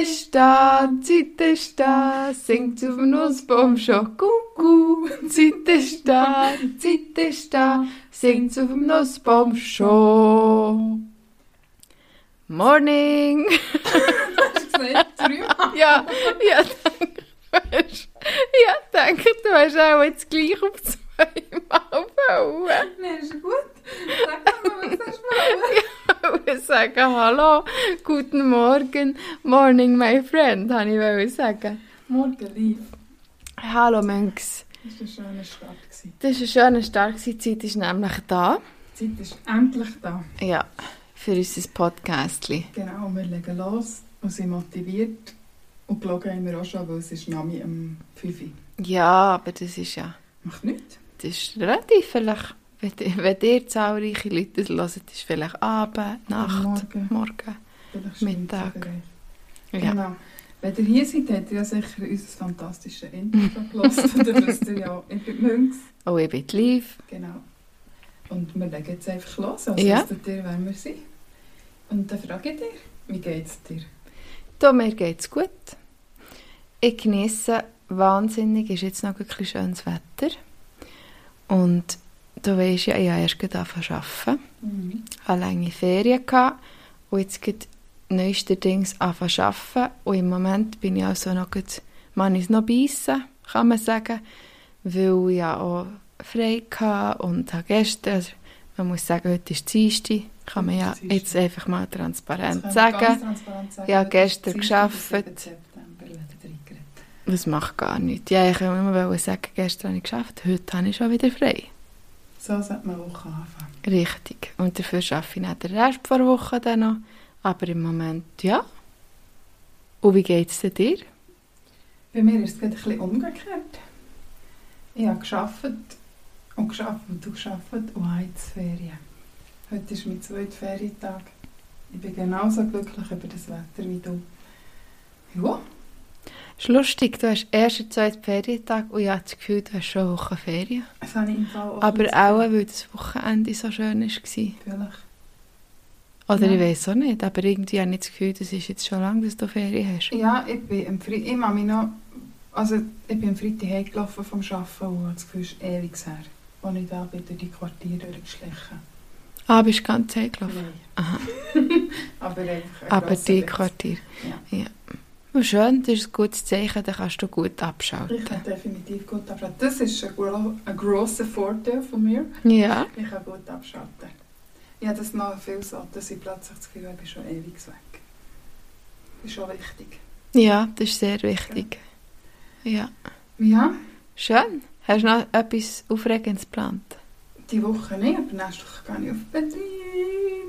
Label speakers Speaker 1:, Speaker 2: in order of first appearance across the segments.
Speaker 1: ist da, Zeit ist da, singt auf dem Nussbaum schon Kuckuck. Zeit ist da, Zeit ist da, singt auf dem Nussbaum schon. Morning!
Speaker 2: Hast du gesagt? Drüber?
Speaker 1: Ja, ja, danke. Ja, danke, du hast auch jetzt gleich auf zweimal wollen.
Speaker 2: Nein, ist gut. Sag doch mal, was hast du
Speaker 1: wollte sagen, hallo, guten Morgen, morning my friend, habe ich wollte sagen.
Speaker 2: Morgen lief.
Speaker 1: Hallo Mönchs.
Speaker 2: Das war ein schöner Start. gewesen.
Speaker 1: Das ist eine schöne, starke Zeit, ist nämlich da.
Speaker 2: Die Zeit ist endlich da.
Speaker 1: Ja, für unser Podcastli.
Speaker 2: Genau, wir legen los und sind motiviert. Und gelogen haben wir auch schon, weil es ist Nami um 5 Uhr.
Speaker 1: Ja, aber das ist ja,
Speaker 2: Macht nichts.
Speaker 1: das ist relativ vielleicht, wenn, ihr- wenn ihr zahlreiche Leute das hört, ist vielleicht Abend, Nacht,
Speaker 2: Morgen.
Speaker 1: Morgen.
Speaker 2: Vielleicht schon
Speaker 1: Mittag.
Speaker 2: im Bereich.
Speaker 1: Ja.
Speaker 2: Genau. Wenn ihr hier seid, habt ihr ja sicher unser fantastisches Intro schon gehört. Oder wisst ihr ja, ich bin Münz.
Speaker 1: Oh, ich bin live.
Speaker 2: Genau. Und wir legen jetzt einfach los. Also
Speaker 1: Ja.
Speaker 2: ja. wisst ihr, wer wir sind. Und dann frage ich dich, wie geht's dir?
Speaker 1: Du, mir geht's gut. Ich genieße wahnsinnig, ist jetzt noch ein bisschen schönes Wetter. Und du weisst ja, ich habe erst gerade angefangen zu arbeiten. Ich hatte lange Ferien gehabt und jetzt geht neuesterdings anfangen zu arbeiten. Und im Moment bin ich also noch gut, man ist noch beißen, kann man sagen, weil ich ja auch frei hatte und habe gestern, also man muss sagen, heute ist Dienstag, kann man ja
Speaker 2: Dienstag.
Speaker 1: jetzt einfach mal transparent
Speaker 2: Jetzt Also können wir
Speaker 1: sagen.
Speaker 2: ganz transparent sagen,
Speaker 1: Ja,
Speaker 2: dass wir
Speaker 1: gestern
Speaker 2: seit
Speaker 1: gearbeitet.
Speaker 2: 7. September leider drin geredet.
Speaker 1: Das macht gar nichts. Ja, ich wollte immer wollen sagen, gestern habe ich geschafft, heute habe ich schon wieder frei.
Speaker 2: So sollte man Woche anfangen.
Speaker 1: Richtig. Und dafür arbeite ich dann den Rest der Woche dann noch. Aber im Moment, ja. Und wie geht es dir?
Speaker 2: Bei mir ist es gerade ein bisschen umgekehrt. Ich habe gearbeitet und gearbeitet und gearbeitet und habe jetzt Ferien. Heute ist mein zweiter Ferientag. Ich bin genauso glücklich über das Wetter wie du. Ja,
Speaker 1: Es ist lustig, du hast erst den zweiten Ferientag und ich habe das Gefühl, du hast schon eine Woche Ferien.
Speaker 2: das habe ich im Fall auch
Speaker 1: Aber
Speaker 2: ein
Speaker 1: auch, weil Oh, das Wochenende so schön war.
Speaker 2: bisschen natürlich.
Speaker 1: Oder ich
Speaker 2: Ja.
Speaker 1: weiß auch nicht, aber irgendwie habe ich das Gefühl, das ist jetzt schon lange, dass du Ferien hast.
Speaker 2: Ja, ich bin am Freitag, ich mache mich noch, also ich bin am Freitag heimgelaufen vom Arbeiten und habe das Gefühl, es ist ewig her, als ich da bin durch die Quartiere durchgeschlichen
Speaker 1: Ah, bist du ganz heimgelaufen?
Speaker 2: Nein.
Speaker 1: Aha.
Speaker 2: Aber einfach ein
Speaker 1: Aber
Speaker 2: grosser
Speaker 1: die
Speaker 2: Witz.
Speaker 1: Quartier. Ja. Und Schön, das ist ein gutes Zeichen, dann kannst du gut
Speaker 2: Ich
Speaker 1: abschalten.
Speaker 2: kann definitiv gut abschalten. Das ist ein, gro ein grosser Vorteil von mir.
Speaker 1: Ja.
Speaker 2: Ich kann gut abschalten. Ich habe das noch viel so, dass ich plötzlich das Gefühl habe, ich bin schon ewig weg. Das ist schon wichtig.
Speaker 1: ja, das ist sehr wichtig. Ja.
Speaker 2: Ja,
Speaker 1: Schön. Hast du noch etwas Aufregendes geplant?
Speaker 2: die Woche nicht, aber nächste Woche gehe ich auf Berlin.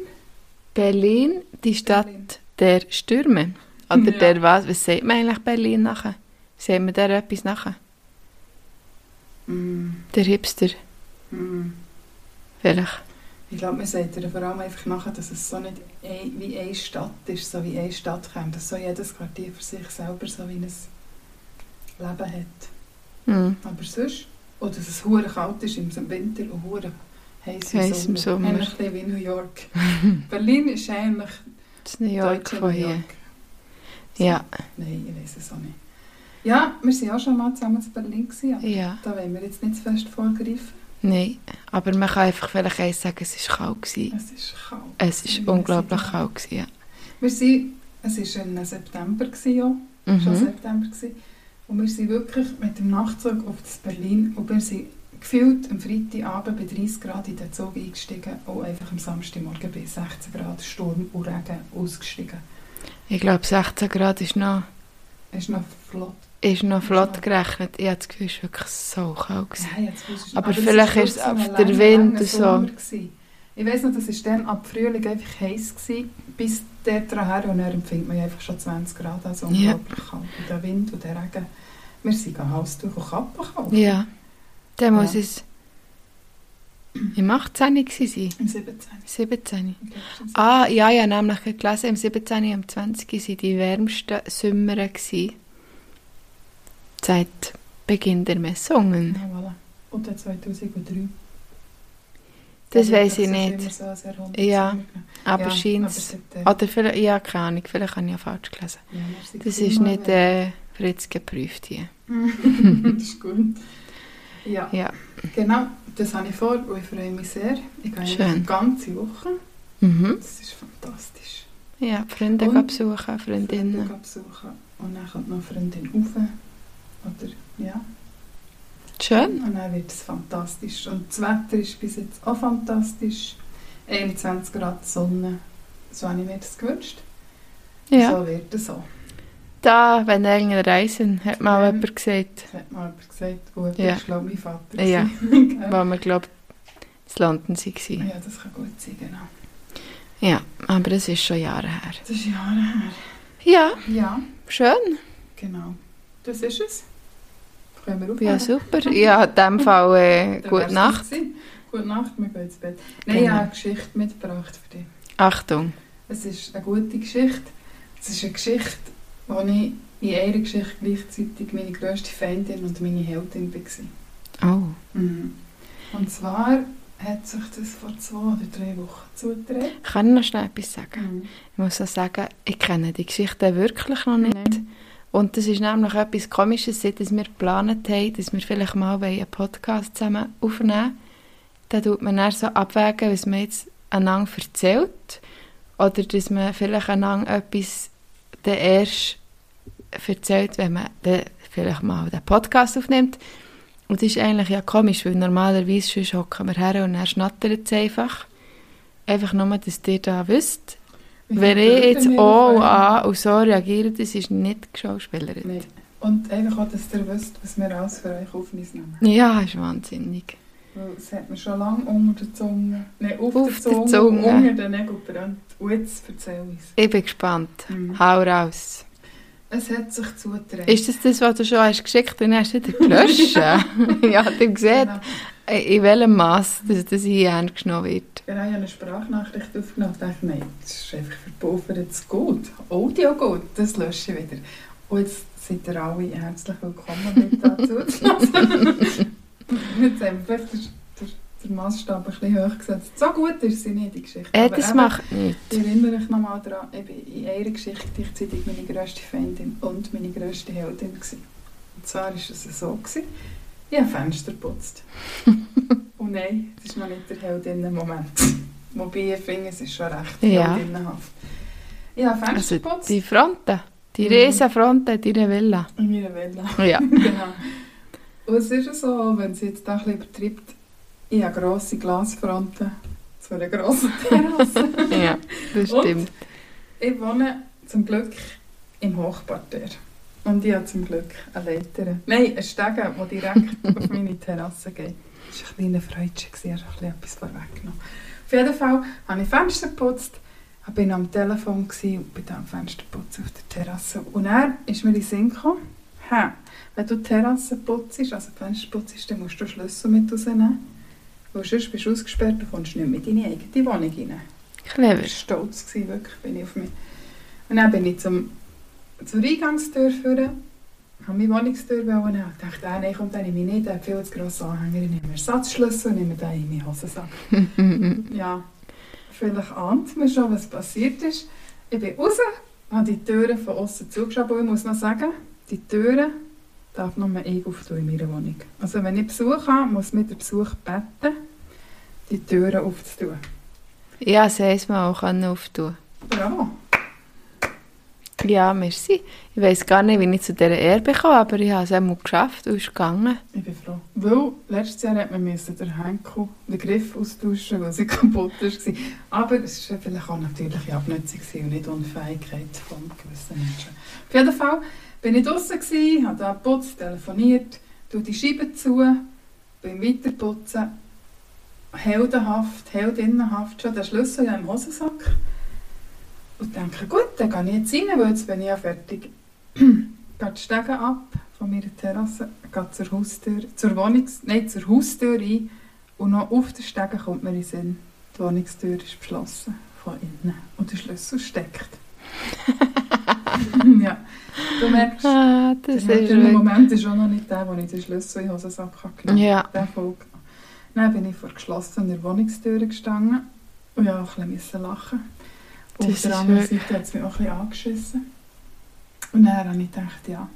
Speaker 1: Berlin, die Stadt
Speaker 2: Berlin.
Speaker 1: der Stürme. Oder
Speaker 2: Ja.
Speaker 1: der was? Was sagt man eigentlich Berlin nachher? Sagt man der etwas nachher?
Speaker 2: Mm,
Speaker 1: Der Hipster,
Speaker 2: mm.
Speaker 1: vielleicht.
Speaker 2: Ich glaube, man sollte ihr vor allem einfach machen, dass es so nicht ein, wie eine Stadt ist, so wie eine Stadt kommt. Dass so jedes Quartier für sich selber so wie ein Leben hat.
Speaker 1: Hm.
Speaker 2: Aber sonst, oder dass es hure kalt ist im Winter und hure heiß im,
Speaker 1: Heiß im Sommer.
Speaker 2: Ähnlich ein bisschen wie New York. Berlin ist eigentlich
Speaker 1: Das New York
Speaker 2: deutsche
Speaker 1: von
Speaker 2: New
Speaker 1: hier.
Speaker 2: York.
Speaker 1: Ja,
Speaker 2: Nein, ich weiß es auch nicht. Ja, wir waren auch schon mal zusammen in Berlin, gewesen, aber
Speaker 1: ja.
Speaker 2: da wollen wir jetzt nicht zu fest vorgreifen.
Speaker 1: Nein. Aber man kann einfach vielleicht eins sagen, es war kalt. Gewesen.
Speaker 2: Es ist kalt.
Speaker 1: Es
Speaker 2: Ich
Speaker 1: war
Speaker 2: weiss
Speaker 1: unglaublich
Speaker 2: nicht.
Speaker 1: kalt. Gewesen, ja.
Speaker 2: Wir sind, es war im September gewesen, ja. schon
Speaker 1: Mhm.
Speaker 2: September gewesen. Und wir sind wirklich mit dem Nachtzug auf das Berlin und wir sind gefühlt am Freitagabend bei 30 Grad in den Zug eingestiegen und einfach am Samstagmorgen bei 16 Grad Sturm und Regen ausgestiegen.
Speaker 1: Ich glaube, 16 Grad ist noch...
Speaker 2: Es ist noch flott.
Speaker 1: ist noch flott
Speaker 2: Ja.
Speaker 1: gerechnet. Ich habe das Gefühl, es war wirklich so kalt. gewesen.
Speaker 2: Ja, jetzt ist es-
Speaker 1: Aber
Speaker 2: es
Speaker 1: vielleicht ist es
Speaker 2: trotzdem
Speaker 1: einfach
Speaker 2: ein
Speaker 1: der
Speaker 2: langer,
Speaker 1: Wind
Speaker 2: langer
Speaker 1: und so.
Speaker 2: Sommer gewesen. Ich weiss noch, das war dann ab Frühling einfach heiß gewesen, bis dort her und dann empfindet man ja einfach schon 20 Grad, also
Speaker 1: Ja.
Speaker 2: unglaublich kalt. Und der Wind und der Regen. Wir sind Hals durch und Kappen gekauft.
Speaker 1: Ja. Dann muss
Speaker 2: Ja.
Speaker 1: es im 18. gewesen sein.
Speaker 2: Im 17.
Speaker 1: Im 17.
Speaker 2: Ich glaub, im
Speaker 1: Ah, ja, ja, nämlich gelesen, im 17. und im 20. waren die wärmsten Sommer gewesen. seit Beginn der Messungen.
Speaker 2: Ja, voilà. Und dann 2003.
Speaker 1: Das
Speaker 2: Vermutlich
Speaker 1: weiss ich
Speaker 2: sind
Speaker 1: nicht.
Speaker 2: immer so als Jahrhundert
Speaker 1: Ja,
Speaker 2: zurück.
Speaker 1: Aber Ah,
Speaker 2: Ja,
Speaker 1: scheint's-
Speaker 2: aber es hat,
Speaker 1: Oder vielleicht, ja, keine Ahnung, vielleicht habe ich ja falsch gelesen.
Speaker 2: äh, ja, merci
Speaker 1: Das ist
Speaker 2: vielmals.
Speaker 1: nicht äh, Fritz geprüft hier.
Speaker 2: das ist gut. Ja,
Speaker 1: Mhm. Ja.
Speaker 2: genau. Das habe ich vor und ich freue mich sehr. Ich gehe
Speaker 1: Schön.
Speaker 2: die ganze Woche.
Speaker 1: Mhm.
Speaker 2: Das ist fantastisch.
Speaker 1: Ja, Freunde
Speaker 2: Und-
Speaker 1: gehen besuchen, Freundinnen.
Speaker 2: Freunde besuchen und dann kommt noch eine Freundin rauf. Oder, ja.
Speaker 1: Schön.
Speaker 2: Und dann wird es fantastisch. Und das Wetter ist bis jetzt auch fantastisch. 21 Grad Sonne. So habe ich mir das gewünscht.
Speaker 1: Ja.
Speaker 2: So wird es auch.
Speaker 1: Da, wenn irgendeine reisen, hat mal
Speaker 2: Ähm.
Speaker 1: jemand gesagt,
Speaker 2: Das hat mal jemand gesagt. Gut,
Speaker 1: Ja.
Speaker 2: das ist glaube ich mein Vater.
Speaker 1: Ja.
Speaker 2: gewesen. Gell?
Speaker 1: wo wir, glaube ich, in London waren.
Speaker 2: ja, das kann gut sein, genau.
Speaker 1: Ja, aber es ist schon Jahre her.
Speaker 2: Das ist Jahre her.
Speaker 1: Ja,
Speaker 2: Ja,
Speaker 1: schön.
Speaker 2: genau. Das ist es. Können wir aufhören?
Speaker 1: Ja, super. Ja, in dem Fall äh,
Speaker 2: Dann
Speaker 1: gute
Speaker 2: wär's
Speaker 1: Nacht.
Speaker 2: das gewesen. Gute Nacht, wir gehen ins Bett. Nein,
Speaker 1: Genau.
Speaker 2: ich habe eine Geschichte mitgebracht für dich.
Speaker 1: Achtung.
Speaker 2: Es ist eine gute Geschichte. Es ist eine Geschichte, wo ich in einer Geschichte gleichzeitig meine grösste Feindin und meine Heldin war.
Speaker 1: Oh.
Speaker 2: Mhm. Und zwar hat sich das vor zwei oder drei Wochen zugetragen.
Speaker 1: Kann ich noch schnell etwas sagen? Ich muss auch sagen, ich kenne die Geschichte wirklich noch nicht. Und das ist nämlich etwas Komisches, seit wir geplant haben, dass wir vielleicht mal einen Podcast zusammen aufnehmen Da tut man dann so abwägen, was man jetzt einander erzählt. Oder dass man vielleicht einander etwas dann erst erzählt, wenn man dann vielleicht mal den Podcast aufnimmt. Und das ist eigentlich ja komisch, weil normalerweise sonst hocken wir her und dann schnattert es einfach. Einfach nur, dass ihr da wisst.
Speaker 2: Wie
Speaker 1: Wer
Speaker 2: viele
Speaker 1: ich jetzt
Speaker 2: Blüten wir
Speaker 1: auch und
Speaker 2: haben.
Speaker 1: an und so reagiert, das ist nicht geschauspielert.
Speaker 2: Nein. Und einfach auch, dass ihr wisst, was wir alles für euch auf uns nehmen.
Speaker 1: Ja, ist wahnsinnig.
Speaker 2: Weil es hat mir schon lange unter der Zunge, nein, auf,
Speaker 1: Auf
Speaker 2: der
Speaker 1: der
Speaker 2: Zunge,
Speaker 1: Zunge.
Speaker 2: unter den Nägeln brennt. Und jetzt erzähl uns.
Speaker 1: Ich bin gespannt. Hau raus.
Speaker 2: Es hat sich zugetragen.
Speaker 1: Mhm. Ist das das, was du schon hast geschickt und hast wieder gelöscht? ja, du siehst,
Speaker 2: Genau.
Speaker 1: in welchem Mass dass das hier ernst genommen wird.
Speaker 2: Genau, ich habe eine Sprachnachricht aufgenommen und dachte, nein, das ist einfach verpuffer, jetzt gut. Audio gut, das lösche ich wieder. Und jetzt seid ihr alle herzlich willkommen mit dazu. jetzt haben wir vielleicht den, den, den Massstab ein bisschen hoch gesetzt. So gut ist sie nicht, die Geschichte.
Speaker 1: Äh,
Speaker 2: Aber
Speaker 1: das
Speaker 2: eben,
Speaker 1: macht nichts.
Speaker 2: Ich erinnere mich nochmal daran, ich war in einer Geschichte gleichzeitig meine grösste Feindin und meine grösste Heldin. Gewesen. Und zwar war es so, gewesen, ich habe Fenster geputzt. und nein, das ist noch nicht der Heldinnen-Moment. Wobei ich finde, es ist schon recht
Speaker 1: Ja.
Speaker 2: heldinnenhaft. Ich habe Fenster
Speaker 1: Also
Speaker 2: geputzt
Speaker 1: die Fronten, die
Speaker 2: Mhm.
Speaker 1: riesen Fronten deiner Villa.
Speaker 2: in meiner Villa.
Speaker 1: Ja.
Speaker 2: genau. Und es ist so, wenn sie jetzt da ein bisschen übertreibt, ich habe grosse Glasfronten zu einer grossen Terrasse.
Speaker 1: ja, das
Speaker 2: Und?
Speaker 1: stimmt.
Speaker 2: Ich wohne zum Glück im Hochparterre. Und ich habe zum Glück eine Leiter. Nein, einen Stegen, der direkt auf meine Terrasse geht. Das war ein kleiner Freudchen, ich habe schon etwas vorweggenommen. Auf jeden Fall habe ich Fenster geputzt, bin am Telefon gewesen und bin dann am Fensterputzen auf der Terrasse. Und er ist mir in den Sinn gekommen, «Hä, wenn du die Terrasse putzt, also die Fenster putzt, dann musst du Schlüssel mit rausnehmen. Weil sonst bist du ausgesperrt und kommst nicht mehr in deine eigene Wohnung rein. Ich war
Speaker 1: Clever.
Speaker 2: stolz, gewesen, wirklich, bin ich auf mich. Und dann bin ich zum, zur Eingangstür führen, habe meine Wohnungstür nehmen und dachte, ah, nein, kommt nehme ich mich nicht, ich habe viel zu grosse Anhänger, ich nehme einen Ersatzschlüssel und nehme den in meinen Hosensack. Ja, vielleicht ahnt man schon, was passiert ist. Ich bin raus, habe die Türen von außen zugeschaut, aber ich muss noch sagen, die Türen darf nur ich öffnen in meiner Wohnung. Also wenn ich Besuch habe, muss mir der Besuch beten, die Türen aufzutun.
Speaker 1: ja, das mal auch können auftun.
Speaker 2: Bravo!
Speaker 1: Ja, merci. Ich weiß gar nicht, wie ich zu dieser Ehre bekomme, aber ich habe es einmal geschafft und es ist gegangen.
Speaker 2: Ich bin froh. Weil letztes Jahr hat man müssen den Henkel, den Griff austauschen, weil sie kaputt war. Aber es war vielleicht auch natürliche Abnutzung gewesen und nicht Unfähigkeit von gewissen Menschen. Auf jeden Fall bin ich draußen, habe da geputzt, telefoniert, tue die Scheibe zu, beim Weiterputzen, heldenhaft, heldinnenhaft, schon den Schlüssel ja im Hosensack. Und denke, gut, dann gehe ich jetzt rein, weil jetzt bin ich ja fertig. Gehe die Stege ab von meiner Terrasse, gehe zur Haustür, zur Wohnung, nein, zur Haustür ein und noch auf der Stege kommt mir in den Sinn, die Wohnungstür ist beschlossen von innen und der Schlüssel steckt. ja, du merkst,
Speaker 1: Ah, das
Speaker 2: der
Speaker 1: ist
Speaker 2: Moment
Speaker 1: wirklich...
Speaker 2: Moment ist auch noch nicht der, wo ich den Schlüssel in den Hosensack genommen habe.
Speaker 1: Ja,
Speaker 2: Der Folge. Dann bin ich vor geschlossener Wohnungstür gestanden und ja, auch ein bisschen lachen.
Speaker 1: Das
Speaker 2: Und auf der
Speaker 1: ist
Speaker 2: anderen
Speaker 1: wirklich-
Speaker 2: Seite hat es mich auch ein bisschen angeschissen. Und dann habe ich gedacht, ja,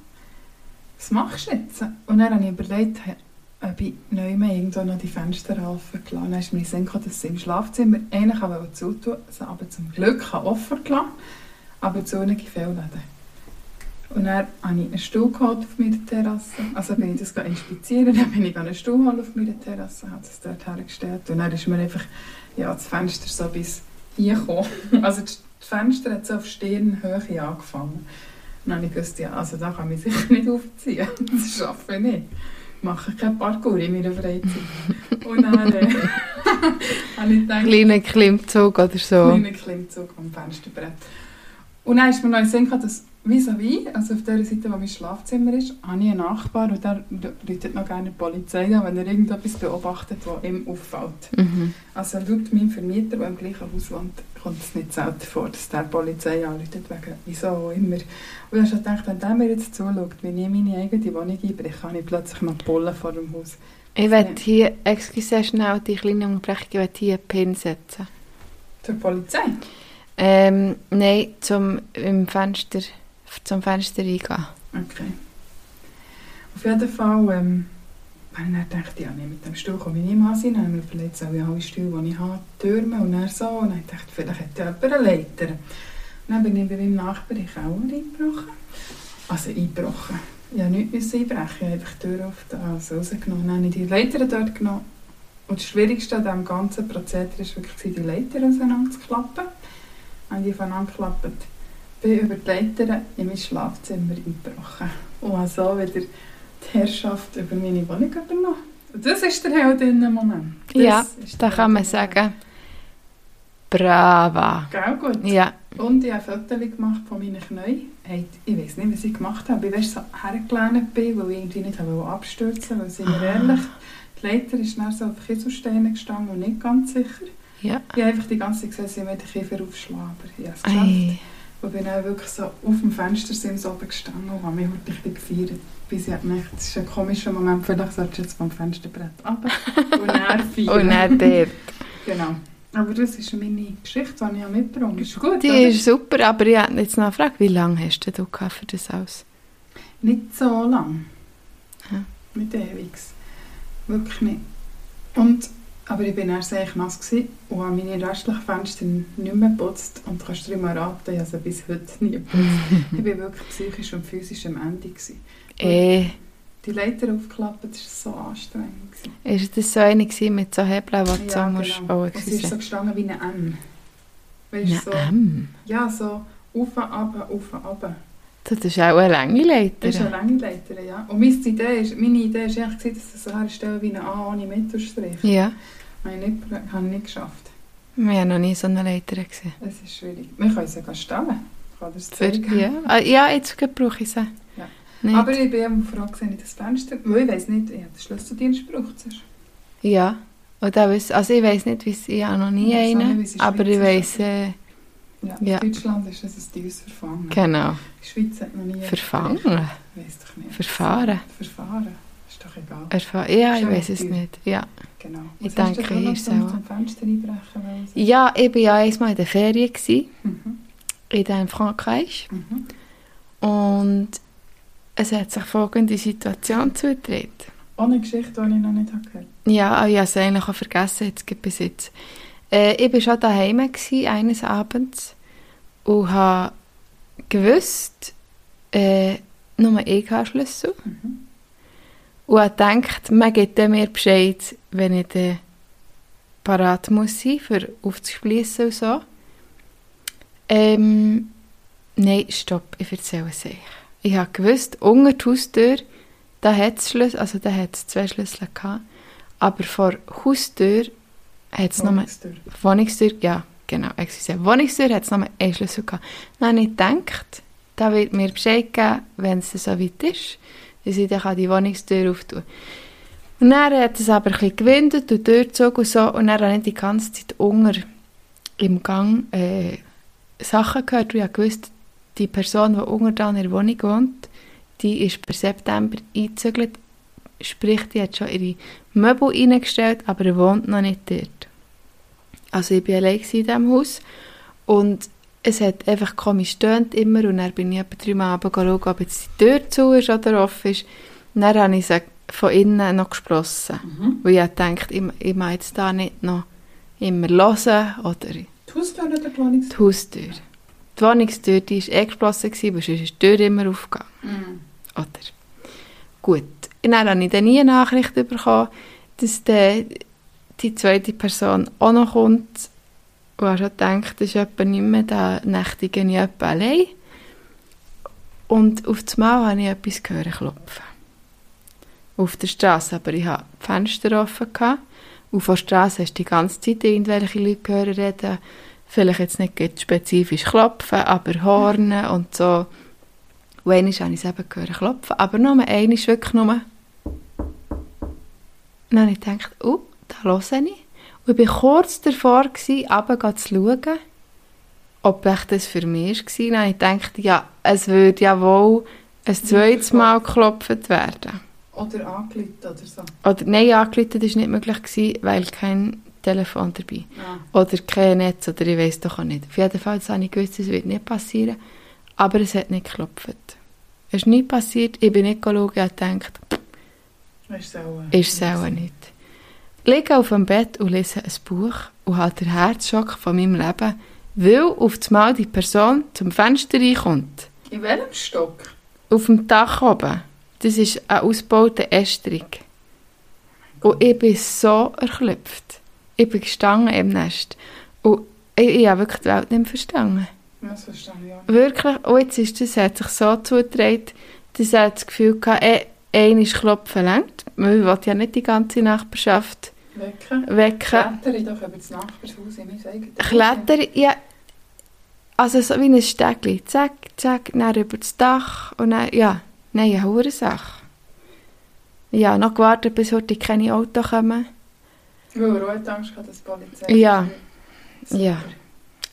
Speaker 2: was machst du jetzt? Und dann habe ich überlegt, hä, ob ich neu mehr irgendwo noch die Fenster halfen gelassen. habe. Dann ist mir in den Sinn gekommen, dass sie im Schlafzimmer einen kann wollte zutun, sie also aber zum Glück kann offen gelassen, aber zu einer Fehlläden. Und dann habe ich einen Stuhl geholt auf meiner Terrasse. Also bin ich das gegangen inspizieren, dann bin ich einen Stuhl geholt auf meiner Terrasse, habe das dort hergestellt. Und dann ist mir einfach ja, das Fenster so bis hier gekommen. Also das Fenster hat so auf Stirnhöhe angefangen. Und dann habe ich gewusst, ja, also da kann ich sicher nicht aufziehen. Das schaffe ich nicht. Ich mache kein Parkour in meiner Freizeit. Und dann äh, habe ich gedacht,
Speaker 1: Kleiner Klimmzug oder so.
Speaker 2: kleinen Klimmzug am Fensterbrett. Und dann ist mir noch in den Sinn gekommen, dass vis-à-vis, also auf der Seite, wo mein Schlafzimmer ist, habe ich einen Nachbar und der läutet noch gerne die Polizei an, wenn er irgendetwas beobachtet, was ihm auffällt.
Speaker 1: Mhm.
Speaker 2: Also laut meinem Vermieter, der im gleichen Haus wohnt, kommt es nicht selten vor, dass der die Polizei anläutet, wegen wieso auch immer. Und dann habe ich gedacht, wenn der mir jetzt zuschaut, wenn ich in meine eigene Wohnung einbreche, habe ich plötzlich noch Bullen vor dem Haus.
Speaker 1: Ich werde hier, excuse schnell die kleine Unterbrechung, ich werde hier einen Pin setzen.
Speaker 2: Zur Polizei?
Speaker 1: Ähm, nein, zum, im Fenster, zum Fenster reingehen.
Speaker 2: Okay. Auf jeden Fall, ähm, wenn ich dann dachte, ja, nee, mit dem Stuhl komme ich niemals hin, dann habe ich mir überlegt, soll ich alle Stühle, die ich habe, türmen und dann so. Und dann dachte ich, vielleicht hat ja jemand eine Leiter. Und dann bin ich bei meinem Nachbarn in den Keller eingebrochen. Also eingebrochen. Ich musste nichts müssen einbrechen, ich habe einfach die Tür auf den also rausgenommen. Dann habe ich die Leiter dort genommen. Und das Schwierigste an diesem ganzen Prozedere war wirklich, die Leiter auseinanderzuklappen. Und die auseinanderklappen bin über die Leiter in mein Schlafzimmer eingebrochen und habe so wieder die Herrschaft über meine Wohnung übernommen. Und das ist der Heldinnen-Moment. Das
Speaker 1: Ja,
Speaker 2: ist
Speaker 1: Da
Speaker 2: der
Speaker 1: kann man
Speaker 2: Heldinnen-Moment.
Speaker 1: sagen, brava.
Speaker 2: Gell, gut.
Speaker 1: Ja,
Speaker 2: Und ich habe Fotos gemacht von meinen Knien. Hey, ich weiß nicht, was ich gemacht habe. Ich weiß, so hergelehnt bin, weil ich irgendwie nicht wollte abstürzen wollte. Sind wir
Speaker 1: Ah.
Speaker 2: ehrlich, die Leiter ist dann so auf Kieselsteinen gestanden und nicht ganz sicher.
Speaker 1: ja.
Speaker 2: Ich habe einfach die ganze Zeit gesehen, sie mit den Kiefer aufschlagen. Aber ich habe es geschafft.
Speaker 1: Ei.
Speaker 2: Und bin dann wirklich so auf dem Fenstersims oben gestanden und habe mich wirklich gefeiert. Bis ich dachte, das ist ein komischer Moment, vielleicht solltest du jetzt vom Fensterbrett runter und dann feiern.
Speaker 1: Und dann dort.
Speaker 2: Genau. Aber das ist meine Geschichte, die ich habe mitgebracht habe. Ist gut,
Speaker 1: Die
Speaker 2: oder?
Speaker 1: ist super, aber ich hätte jetzt noch eine Frage. Wie lange hast denn du gehabt für das alles?
Speaker 2: Nicht so lang.
Speaker 1: Ja.
Speaker 2: Nicht ewig. Wirklich nicht. Und, aber ich bin erst sehr nass gewesen und habe meine restlichen Fenster nicht mehr geputzt. Und du kannst dir mal raten, ich habe sie bis heute nie geputzt. ich war wirklich psychisch und physisch am Ende. Gewesen.
Speaker 1: Eh,
Speaker 2: Die Leiter aufklappen, das war so anstrengend. gewesen.
Speaker 1: ist das so eine gewesen mit so Hebeln, die du
Speaker 2: Ja,
Speaker 1: so musst
Speaker 2: genau.
Speaker 1: bauen
Speaker 2: Und sie ist so
Speaker 1: musst?
Speaker 2: gestanden wie eine M. Weißt du,
Speaker 1: Ja,
Speaker 2: so,
Speaker 1: ähm.
Speaker 2: ja, so auf, runter, auf, runter.
Speaker 1: Das ist auch eine lange
Speaker 2: Das ist
Speaker 1: Leiter.
Speaker 2: eine lange Leiter, ja. Und meine Idee ist, meine Idee ist eigentlich, gewesen, dass das so herstellen wie eine A ohne Mittelstrich.
Speaker 1: Ja,
Speaker 2: Habe ich nicht, habe ich nicht geschafft.
Speaker 1: wir haben noch nie so eine Leiter gesehen.
Speaker 2: Es ist schwierig. Wir können sie stellen. Ich kann dir das
Speaker 1: Für,
Speaker 2: zeigen.
Speaker 1: ja. Ah, ja, jetzt brauche ich sie.
Speaker 2: Ja.
Speaker 1: Nicht.
Speaker 2: Aber ich bin eben froh, dass ich das Fenster... Weil ich weiss nicht, ich habe den Schlüsseldienst gebraucht. sonst.
Speaker 1: Ja, und da weiss, also ich weiß nicht, wie es ich habe noch nie
Speaker 2: Ich weiss auch nicht,
Speaker 1: einen,
Speaker 2: wie es in
Speaker 1: aber ich
Speaker 2: Schweiz
Speaker 1: weiß,
Speaker 2: ist.
Speaker 1: äh,
Speaker 2: Ja.
Speaker 1: Ja.
Speaker 2: In Deutschland ist das ein teures Verfahren.
Speaker 1: genau,
Speaker 2: Die Schweiz hat noch nie...
Speaker 1: verfangen,
Speaker 2: Weiss doch nicht.
Speaker 1: verfahren,
Speaker 2: Verfahren. Ist doch egal.
Speaker 1: Erfa ja, ich
Speaker 2: Schon
Speaker 1: weiß es
Speaker 2: teuer.
Speaker 1: nicht, ja.
Speaker 2: Genau.
Speaker 1: Ich
Speaker 2: Was hast
Speaker 1: denke,
Speaker 2: du
Speaker 1: hier
Speaker 2: noch
Speaker 1: ist
Speaker 2: zum-
Speaker 1: auch-
Speaker 2: zum Fenster einbrechen wollen?
Speaker 1: Ja, ich war ja einmal in der Ferien, gewesen,
Speaker 2: Mhm.
Speaker 1: in der Frankreich,
Speaker 2: Mhm.
Speaker 1: und es hat sich folgende Situation zugetragen.
Speaker 2: Ohne Geschichte, die ich noch nicht habe gehört
Speaker 1: Ja, ah, ich habe es eigentlich auch vergessen, jetzt gerade bis jetzt. Äh, ich war schon daheim gewesen, eines Abends und habe gewusst, äh, nur ich habe Schlüssel.
Speaker 2: Mhm.
Speaker 1: Und habe gedacht, man gibt dann mir Bescheid, wenn ich dann parat muss sein, für aufzuschliessen und so. Ähm, nein, stopp, ich erzähle es euch. Ich habe gewusst, unter der Haustür, da hat es Schlüssel, also da hat es zwei Schlüssel gehabt, aber vor der Haustür hat
Speaker 2: Oh.
Speaker 1: es nochmal
Speaker 2: Wohnungstür.
Speaker 1: Wohnungstür, ja, genau, excuse, Wohnungstür hat es nochmal einen Schlüssel gehabt. Dann habe ich gedacht, da wird mir Bescheid geben, wenn es dann so weit ist, dass ich dann die Wohnungstür auftun kann. Und dann hat es aber ein bisschen gewindet und durchgezogen und so, und dann habe ich die ganze Zeit unter im Gang äh, Sachen gehört und ich wusste, die Person, die unter da in der Wohnung wohnt, die ist per September eingezügelt Sprich, die hat schon ihre Möbel reingestellt, aber er wohnt noch nicht dort. Also ich war allein in diesem Haus und es hat einfach komisch stöhnt immer und dann bin ich etwa dreimal runter schauen, ob jetzt die Tür zu ist oder offen ist. Und dann habe ich sie von innen noch gesprossen,
Speaker 2: Mhm.
Speaker 1: weil ich dachte, ich, ich mag jetzt da nicht noch immer hören oder
Speaker 2: Die Haustür oder die Wohnungstür?
Speaker 1: die Haustür. Die Wohnungstür die war eh geschlossen, gewesen, weil sonst ist die Tür immer aufgegangen.
Speaker 2: Mhm.
Speaker 1: Oder? Gut. Und dann habe ich dann nie eine Nachricht bekommen, dass der, die zweite Person auch noch kommt. Und habe schon gedacht, das ist etwa nicht mehr da, nächtige ich etwa allein. Und auf das Mal habe ich etwas gehört klopfen. Auf der Straße, aber ich hatte die Fenster offen. Gehabt. Und von der Straße hast du die ganze Zeit irgendwelche Leute gehört reden. Vielleicht jetzt nicht gerade spezifisch klopfen, aber Hornen und so. Und einmal habe ich es eben gehört klopfen, aber nur einmal, wirklich nur. Und dann habe ich gedacht, oh, da höre ich. Und ich war kurz davor, gewesen, runter zu schauen, ob echt das für mich war. Dann habe ich gedacht, ja, es würde ja wohl ein zweites Mal geklopft werden.
Speaker 2: Oder angelegt oder so.
Speaker 1: Oder nein, angeläutet war nicht möglich, gewesen, weil kein Telefon dabei
Speaker 2: Ja.
Speaker 1: oder kein Netz oder ich weiß doch auch nicht. Auf jeden Fall das habe ich gewusst, es wird nicht passieren, aber es hat nicht geklopft. Es ist nicht passiert, ich bin nicht schauen und gedacht,
Speaker 2: Ist es auch. äh,
Speaker 1: ist es auch nicht. Ich liege auf dem Bett und lese ein Buch und habe den Herzschock von meinem Leben, weil auf einmal die Person zum Fenster reinkommt.
Speaker 2: In welchem Stock?
Speaker 1: Auf dem Dach oben. Das ist eine ausgebaute Ästerung. Und ich bin so erklüpft. Ich bin gestanden im Nest. Und ich, ich habe wirklich die Welt nicht mehr verstanden.
Speaker 2: Das verstehe ich auch nicht.
Speaker 1: Wirklich. Und jetzt ist das, hat sich so zugetragen, dass er das Gefühl hatte, eh, einmal klopfen längt. Man will ja nicht die ganze Nachbarschaft
Speaker 2: Wecken.
Speaker 1: wecken.
Speaker 2: Klettere ich doch über das Nachbarshaus in mein eigenes
Speaker 1: Kletter, ja. Also so wie ein Stegli. Zack, zack, dann über das Dach und dann, ja. Nein, eine hohe Sache. Ja, noch gewartet, bis heute keine Autos kommen.
Speaker 2: Weil er auch hat Angst hatte, dass die Polizei...
Speaker 1: Ja.
Speaker 2: Super.
Speaker 1: Ja.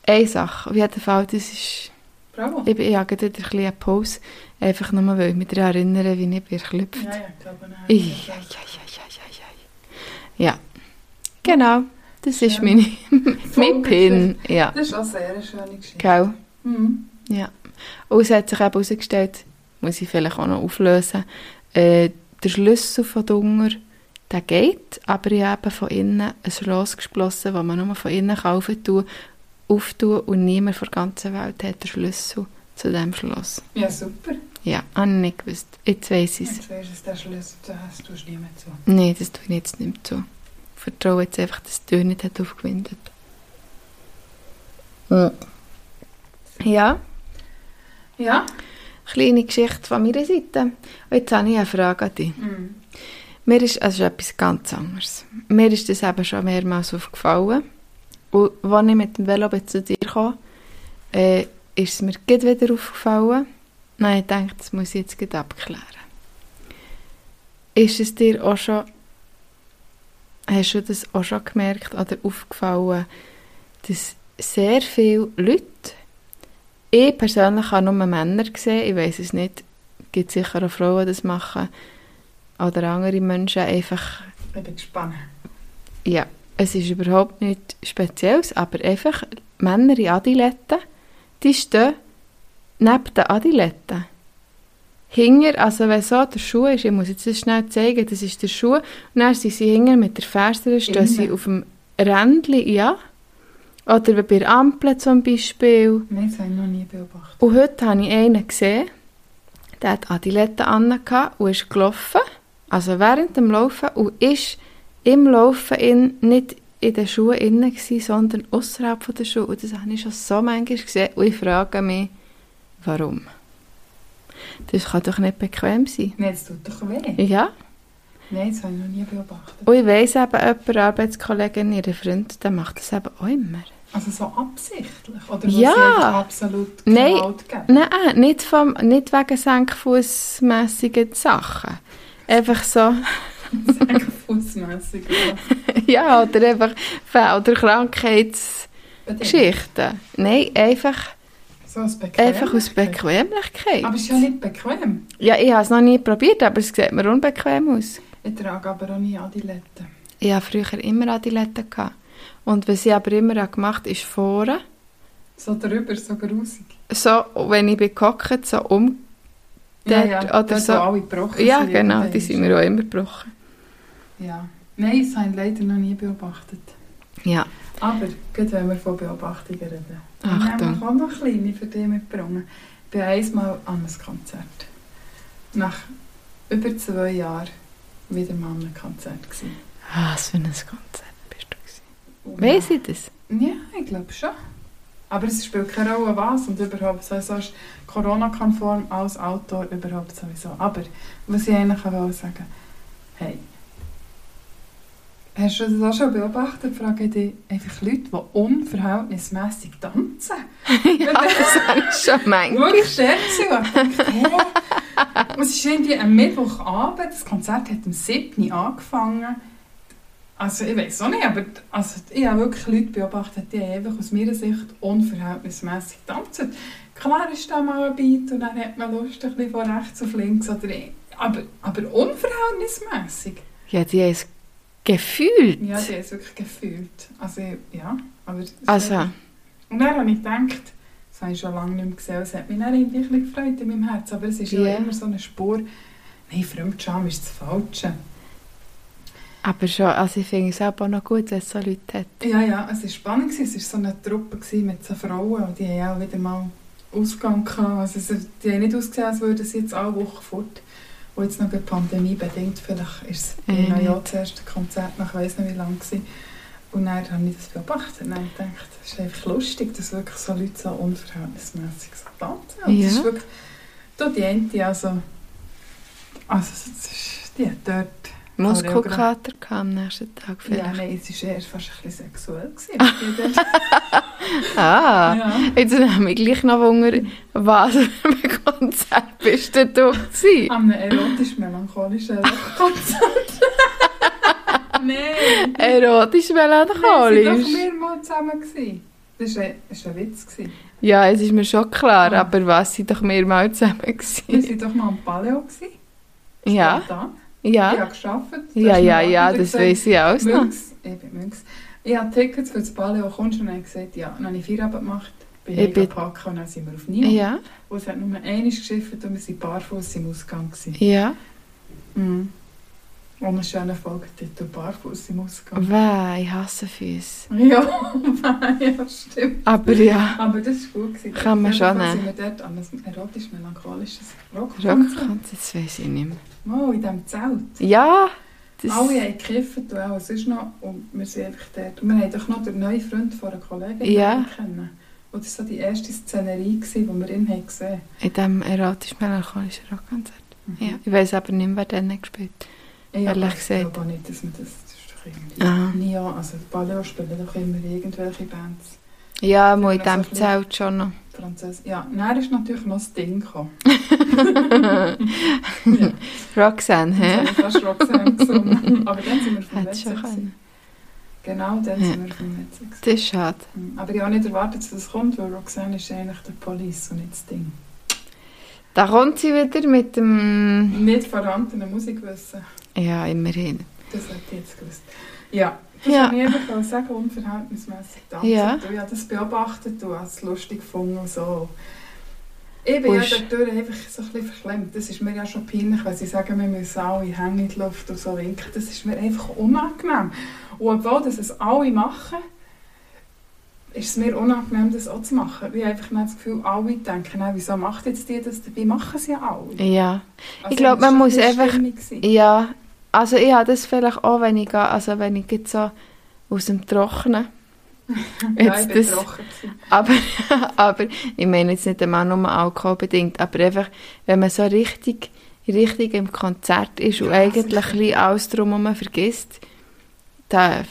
Speaker 1: Eine Sache, auf jeden Fall, das ist...
Speaker 2: Bravo.
Speaker 1: Ich bin- ich habe gerade wieder ein bisschen eine Pause, einfach nur, weil ich mich daran erinnere, wie ich bin geklüpft.
Speaker 2: Ja, ja, ich glaube, nein.
Speaker 1: Ei, ei, ei, ei, ei, ei, ei. Ja, genau. Dus Das ist
Speaker 2: Ja.
Speaker 1: meine, mein
Speaker 2: Voll
Speaker 1: Pin. Ja,
Speaker 2: Das ist auch sehr eine schöne Geschichte.
Speaker 1: gell?
Speaker 2: Mhm.
Speaker 1: Und es hat sich eben herausgestellt, muss ich vielleicht auch noch auflösen, äh, der Schlüssel von Dunger, der geht, aber ich habe eben von innen ein Schloss geschlossen, das man nur von innen kaufen tun, auftun und niemand von der ganzen Welt hat den Schlüssel zu diesem Schloss.
Speaker 2: Ja, super.
Speaker 1: Ja, habe ich nicht gewusst. Jetzt weiss ich es.
Speaker 2: Jetzt weisst du, dass der Schlüssel zu hast, tust du nicht mehr zu.
Speaker 1: Nein, das tue ich jetzt nicht mehr zu. Ich vertraue jetzt einfach, dass die Tür nicht hat aufgewindet. Ja. ja,
Speaker 2: Ja?
Speaker 1: kleine Geschichte von meiner Seite. Und jetzt habe ich eine Frage an dich.
Speaker 2: Mhm.
Speaker 1: Mir ist, also es ist etwas ganz anderes. Mir ist das eben schon mehrmals aufgefallen. Und als ich mit dem Velo zu dir kam, äh, ist es mir gleich wieder aufgefallen. Nein, ich dachte, das muss ich jetzt gleich abklären. Ist es dir auch schon... Hast du das auch schon gemerkt oder aufgefallen, dass sehr viele Leute... Ich persönlich habe nur Männer gesehen, ich weiß es nicht. Es gibt sicher auch Frauen, die das machen. Oder andere Menschen einfach...
Speaker 2: Ich bin gespannt.
Speaker 1: Ja, es ist überhaupt nichts Spezielles, aber einfach Männer in Adiletten, die stehen neben den Adiletten. Hinger, also wenn so der Schuh ist, ich muss jetzt das schnell zeigen, das ist der Schuh, und dann sind sie hinger mit der Ferse, stehen
Speaker 2: Immer.
Speaker 1: sie auf dem Rändchen, ja. Oder bei der Ampel zum Beispiel.
Speaker 2: Nein, das habe ich noch nie beobachtet.
Speaker 1: Und heute habe ich einen gesehen, der hat Adilette an gehabt und ist gelaufen, also während dem Laufen, und ist im Laufen in, nicht in den Schuhen innen gewesen, sondern außerhalb der Schuhe. Und das habe ich schon so manchmal gesehen und ich frage mich, warum? Das kann doch nicht bequem sein.
Speaker 2: Nein, das tut doch weh.
Speaker 1: Ja,
Speaker 2: Nein, das habe ich noch nie beobachtet.
Speaker 1: und ich weiss eben, jemand, Arbeitskollegin, ihre Freund, der macht das eben auch immer.
Speaker 2: Also so absichtlich? Oder
Speaker 1: Ja.
Speaker 2: was jetzt absolut keinen
Speaker 1: Nein.
Speaker 2: Halt geben?
Speaker 1: Nein, nicht, vom, nicht wegen senkfußmässigen Sachen. Einfach so...
Speaker 2: Sagen fußmässig.
Speaker 1: Ja, oder einfach Fehl- oder Krankheitsgeschichten. Nein, einfach,
Speaker 2: So aus Bequem.
Speaker 1: einfach aus Bequemlichkeit.
Speaker 2: Aber es ist ja nicht bequem.
Speaker 1: Ja, ich habe es noch nie probiert, aber es sieht mir unbequem aus.
Speaker 2: Ich trage aber auch nie Adiletten.
Speaker 1: Ich hatte früher immer Adiletten. gehabt. Und was ich aber immer habe gemacht habe, ist vorne,
Speaker 2: So drüber, so grusig.
Speaker 1: so, wenn ich gehockt so um... Dort oder
Speaker 2: dort,
Speaker 1: so.
Speaker 2: Wo alle gebrochen
Speaker 1: Ja,
Speaker 2: sind,
Speaker 1: genau, die
Speaker 2: irgendwann
Speaker 1: sind
Speaker 2: ist-
Speaker 1: mir auch immer gebrochen.
Speaker 2: Ja. Nein, das habe ich leider noch nie beobachtet.
Speaker 1: Ja,
Speaker 2: Aber gut, wenn wir von Beobachtungen reden. Ich
Speaker 1: Achtung.
Speaker 2: habe auch noch kleine für dich mitgebracht. Ich bin einmal an einem Konzert. Nach über zwei Jahren wieder mal an einem Konzert. gewesen.
Speaker 1: Ah, Was für ein Konzert bist du gewesen.
Speaker 2: Und-
Speaker 1: Weiss ich das?
Speaker 2: Ja, ich glaube schon. Aber es spielt keine Rolle, was und überhaupt sowieso ist Corona-konform als Outdoor überhaupt sowieso. Aber was ich eigentlich auch wollte sagen hey, hast du das auch schon beobachtet? Frage ich dich, einfach Leute, die unverhältnismäßig tanzen.
Speaker 1: ja, das habe ich schon gemeint.
Speaker 2: Wirklich scherz Und es ist irgendwie am Mittwochabend, das Konzert hat am 7. Uhr angefangen. Also ich weiß auch nicht, aber also, ich habe wirklich Leute beobachtet, die einfach aus meiner Sicht unverhältnismäßig tanzen. Klar ist da mal ein Beat und dann hat man Lust ein bisschen von rechts auf links. Oder aber, aber unverhältnismäßig.
Speaker 1: Ja, die haben es gefühlt.
Speaker 2: Ja, die haben es wirklich gefühlt. Also ja, aber... es ist
Speaker 1: also,
Speaker 2: und dann habe ich gedacht, das habe ich schon lange nicht mehr gesehen, es hat mich dann irgendwie ein bisschen gefreut in meinem Herz, aber es ist
Speaker 1: Ja.
Speaker 2: ja immer so eine Spur, nein, Fremdscham ist das Falsche.
Speaker 1: aber schon, also ich finde es auch noch gut, wenn es so Leute hat.
Speaker 2: Ja, ja, es war spannend, gewesen. es war so eine Truppe gewesen mit so Frauen, und die haben ja auch wieder mal Ausgang gehabt, also es- die haben nicht ausgesehen, als würden sie jetzt alle Woche fort. Und jetzt noch Pandemie bedingt, vielleicht ist es
Speaker 1: Ja,
Speaker 2: bei mir ja
Speaker 1: nicht.
Speaker 2: das erste Konzert nach weiss nicht wie lang gewesen. Und dann habe ich das beobachtet und dann gedacht, es ist einfach lustig, dass wirklich so Leute so unverhältnismäßig so tanzen. Und
Speaker 1: Ja.
Speaker 2: das ist wirklich, du, die eine, also, also das ist, die hat dort,
Speaker 1: Muskelkater gehabt am nächsten Tag
Speaker 2: ja,
Speaker 1: vielleicht.
Speaker 2: nein, es war eher fast ein bisschen sexuell. Gewesen, was die dort,
Speaker 1: Ah,
Speaker 2: ja.
Speaker 1: jetzt nehme ich gleich noch Hunger. Was für ein Konzert bist denn du gewesen?
Speaker 2: An einem erotisch-melancholischen Rockkonzert. Nein!
Speaker 1: Erotisch
Speaker 2: Wir waren
Speaker 1: Äh, melancholisch.
Speaker 2: doch mal zusammen. gewesen. Das war ein, das war ein Witz. gewesen.
Speaker 1: Ja, es ist mir schon klar,
Speaker 2: Ah.
Speaker 1: aber was sind doch mehrmals zusammen gewesen?
Speaker 2: Wir waren doch mal am Paleo. gewesen.
Speaker 1: Ja,
Speaker 2: Da. Ich
Speaker 1: ja,
Speaker 2: habe gearbeitet. Du
Speaker 1: ja,
Speaker 2: hast mir
Speaker 1: ja,
Speaker 2: auch
Speaker 1: ja,
Speaker 2: wieder
Speaker 1: das
Speaker 2: gesagt,
Speaker 1: weiss ich alles noch.
Speaker 2: Münx, ich bin Münx. Ich habe Tickets für das Paleo kommst und dann habe ich gesagt, ja, dann habe ich Feierabend gemacht, bin
Speaker 1: Ich
Speaker 2: ich
Speaker 1: bin-
Speaker 2: gepackt und dann sind wir auf Nio.
Speaker 1: Ja,
Speaker 2: Und es hat nur einmal geschifft und wir waren barfuß im Ausgang. Gewesen.
Speaker 1: ja.
Speaker 2: Mhm. Und einen schönen Folgetitel, barfuß im Ausgang.
Speaker 1: Weh, ich hasse Füße.
Speaker 2: Ja, ja, stimmt.
Speaker 1: Aber ja,
Speaker 2: Aber das ist gut. Gewesen.
Speaker 1: Kann man schon
Speaker 2: Jedenfalls sind wir dort an einem erotisch-melancholischen Rockkonzert.
Speaker 1: Rockkonzert, das weiss ich nicht mehr.
Speaker 2: Mal in diesem Zelt.
Speaker 1: Ja, das...
Speaker 2: Alle haben gekifft und auch sonst noch. Und wir sind einfach dort. Und wir haben doch noch den neuen Freund von einer Kollegin
Speaker 1: Ja.
Speaker 2: kennen. Und das war so die erste Szenerie, gewesen, die wir ihn haben gesehen
Speaker 1: In diesem erotisch-melancholischen Rockkonzert.
Speaker 2: haben.
Speaker 1: Ja. Ich weiss aber nicht mehr, wer dann hat gespielt
Speaker 2: Ich
Speaker 1: Ehrlich
Speaker 2: aber ich
Speaker 1: gesagt.
Speaker 2: glaube auch nicht, dass wir das... das ist doch irgendwie-
Speaker 1: Aha.
Speaker 2: Ja, also die Ballet spielen doch immer irgendwelche Bands.
Speaker 1: Ja, muss in
Speaker 2: Ja, so
Speaker 1: diesem
Speaker 2: ein
Speaker 1: Zelt schon noch.
Speaker 2: Französisch. Ja, dann ist natürlich noch das Ding gekommen.
Speaker 1: Roxanne,
Speaker 2: Jetzt
Speaker 1: hä?
Speaker 2: habe ich fast Roxanne gesungen. Aber dann sind wir vom
Speaker 1: Hättest
Speaker 2: Wetter.
Speaker 1: schon
Speaker 2: gewesen.
Speaker 1: können.
Speaker 2: Genau, dann
Speaker 1: Ja.
Speaker 2: sind wir vom Wetter. gewesen.
Speaker 1: Das ist schade.
Speaker 2: Mhm. Aber ich habe nicht erwartet, dass das kommt, weil Roxanne ist eigentlich der Police und nicht das Ding.
Speaker 1: Da kommt sie wieder mit dem...
Speaker 2: Nicht vorhandene Musikwissen.
Speaker 1: Ja, immerhin.
Speaker 2: Das hätte ich jetzt gewusst. Ja,
Speaker 1: Ja.
Speaker 2: das ja. kann ich einfach sagen, unverhältnismäßig tanzen.
Speaker 1: Ja.
Speaker 2: Du, Ich habe das beobachtet und habe es lustig gefunden und so. Ich bin ja
Speaker 1: Wurscht.
Speaker 2: dadurch einfach so ein bisschen verklemmt. Das ist mir ja schon peinlich, wenn sie sagen, wir müssen alle Hänge in die Luft und so winken. Das ist mir einfach unangenehm. Und obwohl das es alle machen, ist es mir unangenehm, das auch zu machen. Ich habe einfach nicht das Gefühl, alle denken, «Nein, wieso macht jetzt die das? Dabei machen sie ja alle.
Speaker 1: Ja.
Speaker 2: Also
Speaker 1: glaube,
Speaker 2: das
Speaker 1: man muss
Speaker 2: ist ein bisschen
Speaker 1: einfach-
Speaker 2: Stimmung gewesen.
Speaker 1: Ja, also ich habe das vielleicht auch, wenn ich, gehe- also wenn ich jetzt so aus dem Trockenen...
Speaker 2: Ja, ich
Speaker 1: jetzt
Speaker 2: bin
Speaker 1: das-
Speaker 2: trocken gewesen.
Speaker 1: Aber, aber ich meine jetzt nicht einmal nur alkoholbedingt, aber einfach, wenn man so richtig, richtig im Konzert ist und
Speaker 2: Ja,
Speaker 1: eigentlich
Speaker 2: sicher.
Speaker 1: ein bisschen alles drumherum vergisst, dann,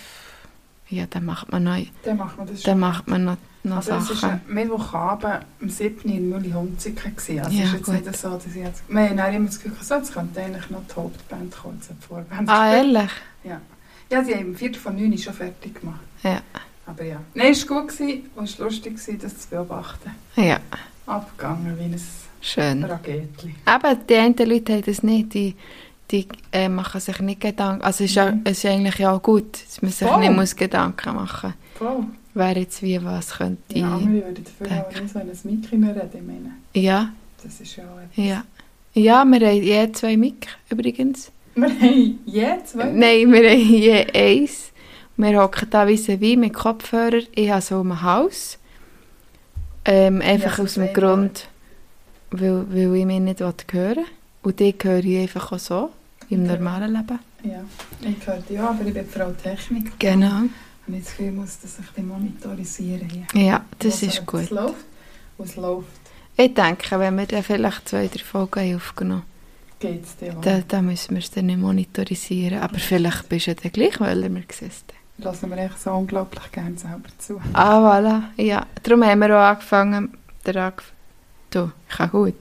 Speaker 1: ja, dann macht man noch,
Speaker 2: Dann macht man das schon.
Speaker 1: dann macht man noch, noch
Speaker 2: Also es war
Speaker 1: Sachen.
Speaker 2: Mittwochabend am 7. Uhr in Mühle Hunziken. Also es
Speaker 1: Ja,
Speaker 2: ist jetzt
Speaker 1: gut.
Speaker 2: nicht so, dass ich jetzt... Wir haben dann immer das Gefühl, so, jetzt könnte eigentlich noch die Hauptband kommen, jetzt hat die Vorband
Speaker 1: Ah,
Speaker 2: gespielt.
Speaker 1: ehrlich?
Speaker 2: Ja, sie haben um Viertel von neun schon fertig gemacht.
Speaker 1: Ja.
Speaker 2: Aber ja. Nein, es war gut gewesen und es war lustig, gewesen, das zu beobachten.
Speaker 1: Ja,
Speaker 2: Abgegangen wie ein
Speaker 1: schön.
Speaker 2: Raketli.
Speaker 1: Aber die einen Leute haben das nicht, die, die äh, machen sich nicht Gedanken. Also es ist, auch,
Speaker 2: Mhm.
Speaker 1: es ist eigentlich ja auch gut, dass man sich
Speaker 2: Voll.
Speaker 1: nicht muss Gedanken machen muss.
Speaker 2: Voll.
Speaker 1: Wer jetzt wie was könnte.
Speaker 2: Die
Speaker 1: Ja,
Speaker 2: anderen würden dafür auch
Speaker 1: Denken.
Speaker 2: nicht so in ein Mikro mehr reden. Ich meine,
Speaker 1: ja.
Speaker 2: das ist ja auch etwas.
Speaker 1: Ja, ja wir haben je zwei Mik übrigens.
Speaker 2: Wir haben je zwei.
Speaker 1: Äh, Nein, wir haben je eins. Wir hocken da wie mit Kopfhörer. Ich habe so ein Haus. Ähm, einfach
Speaker 2: Ja,
Speaker 1: aus dem
Speaker 2: zwei
Speaker 1: Grund, weil, weil ich mich nicht hören will. Und die höre ich einfach auch so, im
Speaker 2: Ja.
Speaker 1: normalen Leben.
Speaker 2: Ja, ich höre ja, aber ich bin Frau Technik.
Speaker 1: Genau.
Speaker 2: Und jetzt Gefühl muss das ein bisschen monitorisieren. hier.
Speaker 1: Ja, das
Speaker 2: Also,
Speaker 1: ist gut.
Speaker 2: Es läuft. Und es läuft.
Speaker 1: Ich denke, wenn wir dann vielleicht zwei, drei Folgen haben aufgenommen
Speaker 2: Geht es dir
Speaker 1: dann,
Speaker 2: wohl?
Speaker 1: dann müssen wir es dann nicht monitorisieren. Aber vielleicht bist du ja dann gleich, weil wir siehst.
Speaker 2: Lassen wir echt so unglaublich gerne selber zu.
Speaker 1: Ah, voilà. Ja, darum haben wir auch angefangen, der Angef du, ich kann gut,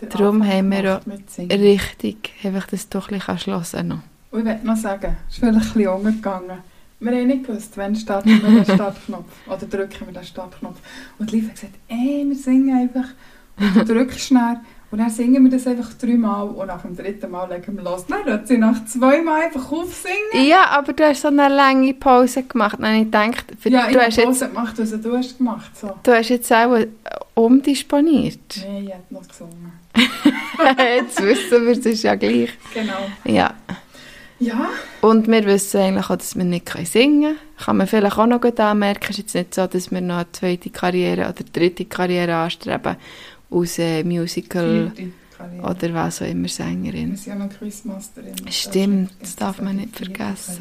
Speaker 2: Der
Speaker 1: Darum
Speaker 2: Anfang
Speaker 1: haben wir
Speaker 2: macht mit Singen.
Speaker 1: richtig, einfach das doch ein bisschen schlossen noch.
Speaker 2: Und ich möchte noch sagen, es ist vielleicht ein bisschen untergegangen. Wir haben nicht gewusst, wann starten wir den Startknopf. Oder drücken wir den Startknopf. Und die Liv hat gesagt, ey, wir singen einfach. Und du drückst schnell. Und dann singen wir das einfach dreimal. Und nach dem dritten Mal legen wir los. Nou, Dann hört sie nach zweimal einfach auf singen.
Speaker 1: Ja, aber du hast so eine lange Pause gemacht. Dann habe ich gedacht, für,
Speaker 2: ja, ich
Speaker 1: du, hast
Speaker 2: habe
Speaker 1: jetzt,
Speaker 2: Pause gemacht, also du hast gemacht. So.
Speaker 1: du hast jetzt auch äh, umdisponiert.
Speaker 2: Nein, ich habe noch gesungen.
Speaker 1: jetzt wissen wir, es ist ja gleich.
Speaker 2: Genau.
Speaker 1: Ja.
Speaker 2: Ja,
Speaker 1: Und wir wissen eigentlich auch, dass wir nicht können singen können. Kann man vielleicht auch noch gut anmerken. Es ist jetzt nicht so, dass wir noch eine zweite Karriere oder dritte Karriere anstreben aus äh, Musical
Speaker 2: vierte Karriere.
Speaker 1: oder was auch immer Sängerin.
Speaker 2: Wir sind ja noch Quizmasterin.
Speaker 1: Stimmt,
Speaker 2: ist-
Speaker 1: das
Speaker 2: ist
Speaker 1: darf man nicht
Speaker 2: die vierte
Speaker 1: vergessen.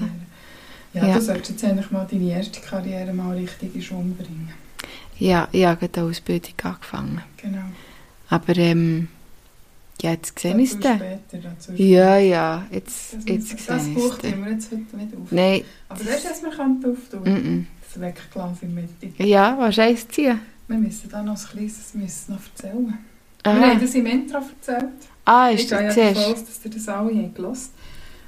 Speaker 2: Karriere. Ja,
Speaker 1: Ja.
Speaker 2: du solltest jetzt eigentlich mal deine erste Karriere mal richtig in Schwung bringen.
Speaker 1: Ja, ich habe gerade eine Ausbildung angefangen.
Speaker 2: Genau.
Speaker 1: Aber ähm, ja, jetzt sehe ich es
Speaker 2: Dazu
Speaker 1: dann.
Speaker 2: später, dazu
Speaker 1: Ja, ja, jetzt,
Speaker 2: später.
Speaker 1: jetzt
Speaker 2: Das, das
Speaker 1: sehe ich es
Speaker 2: Buch
Speaker 1: dann.
Speaker 2: nehmen wir jetzt heute nicht auf.
Speaker 1: Nein,
Speaker 2: Aber weißt du, was wir könnten auftun könnten?
Speaker 1: mm
Speaker 2: Das Weckglas in der Mitte.
Speaker 1: ja, was heisst es hier?
Speaker 2: Wir müssen da noch ein kleines wir müssen noch erzählen. Wir
Speaker 1: Ah,
Speaker 2: haben das im Intro erzählt.
Speaker 1: ah
Speaker 2: ich
Speaker 1: ist
Speaker 2: gehe
Speaker 1: das,
Speaker 2: ja davon
Speaker 1: siehst
Speaker 2: aus, dass ihr das alle habt gehört.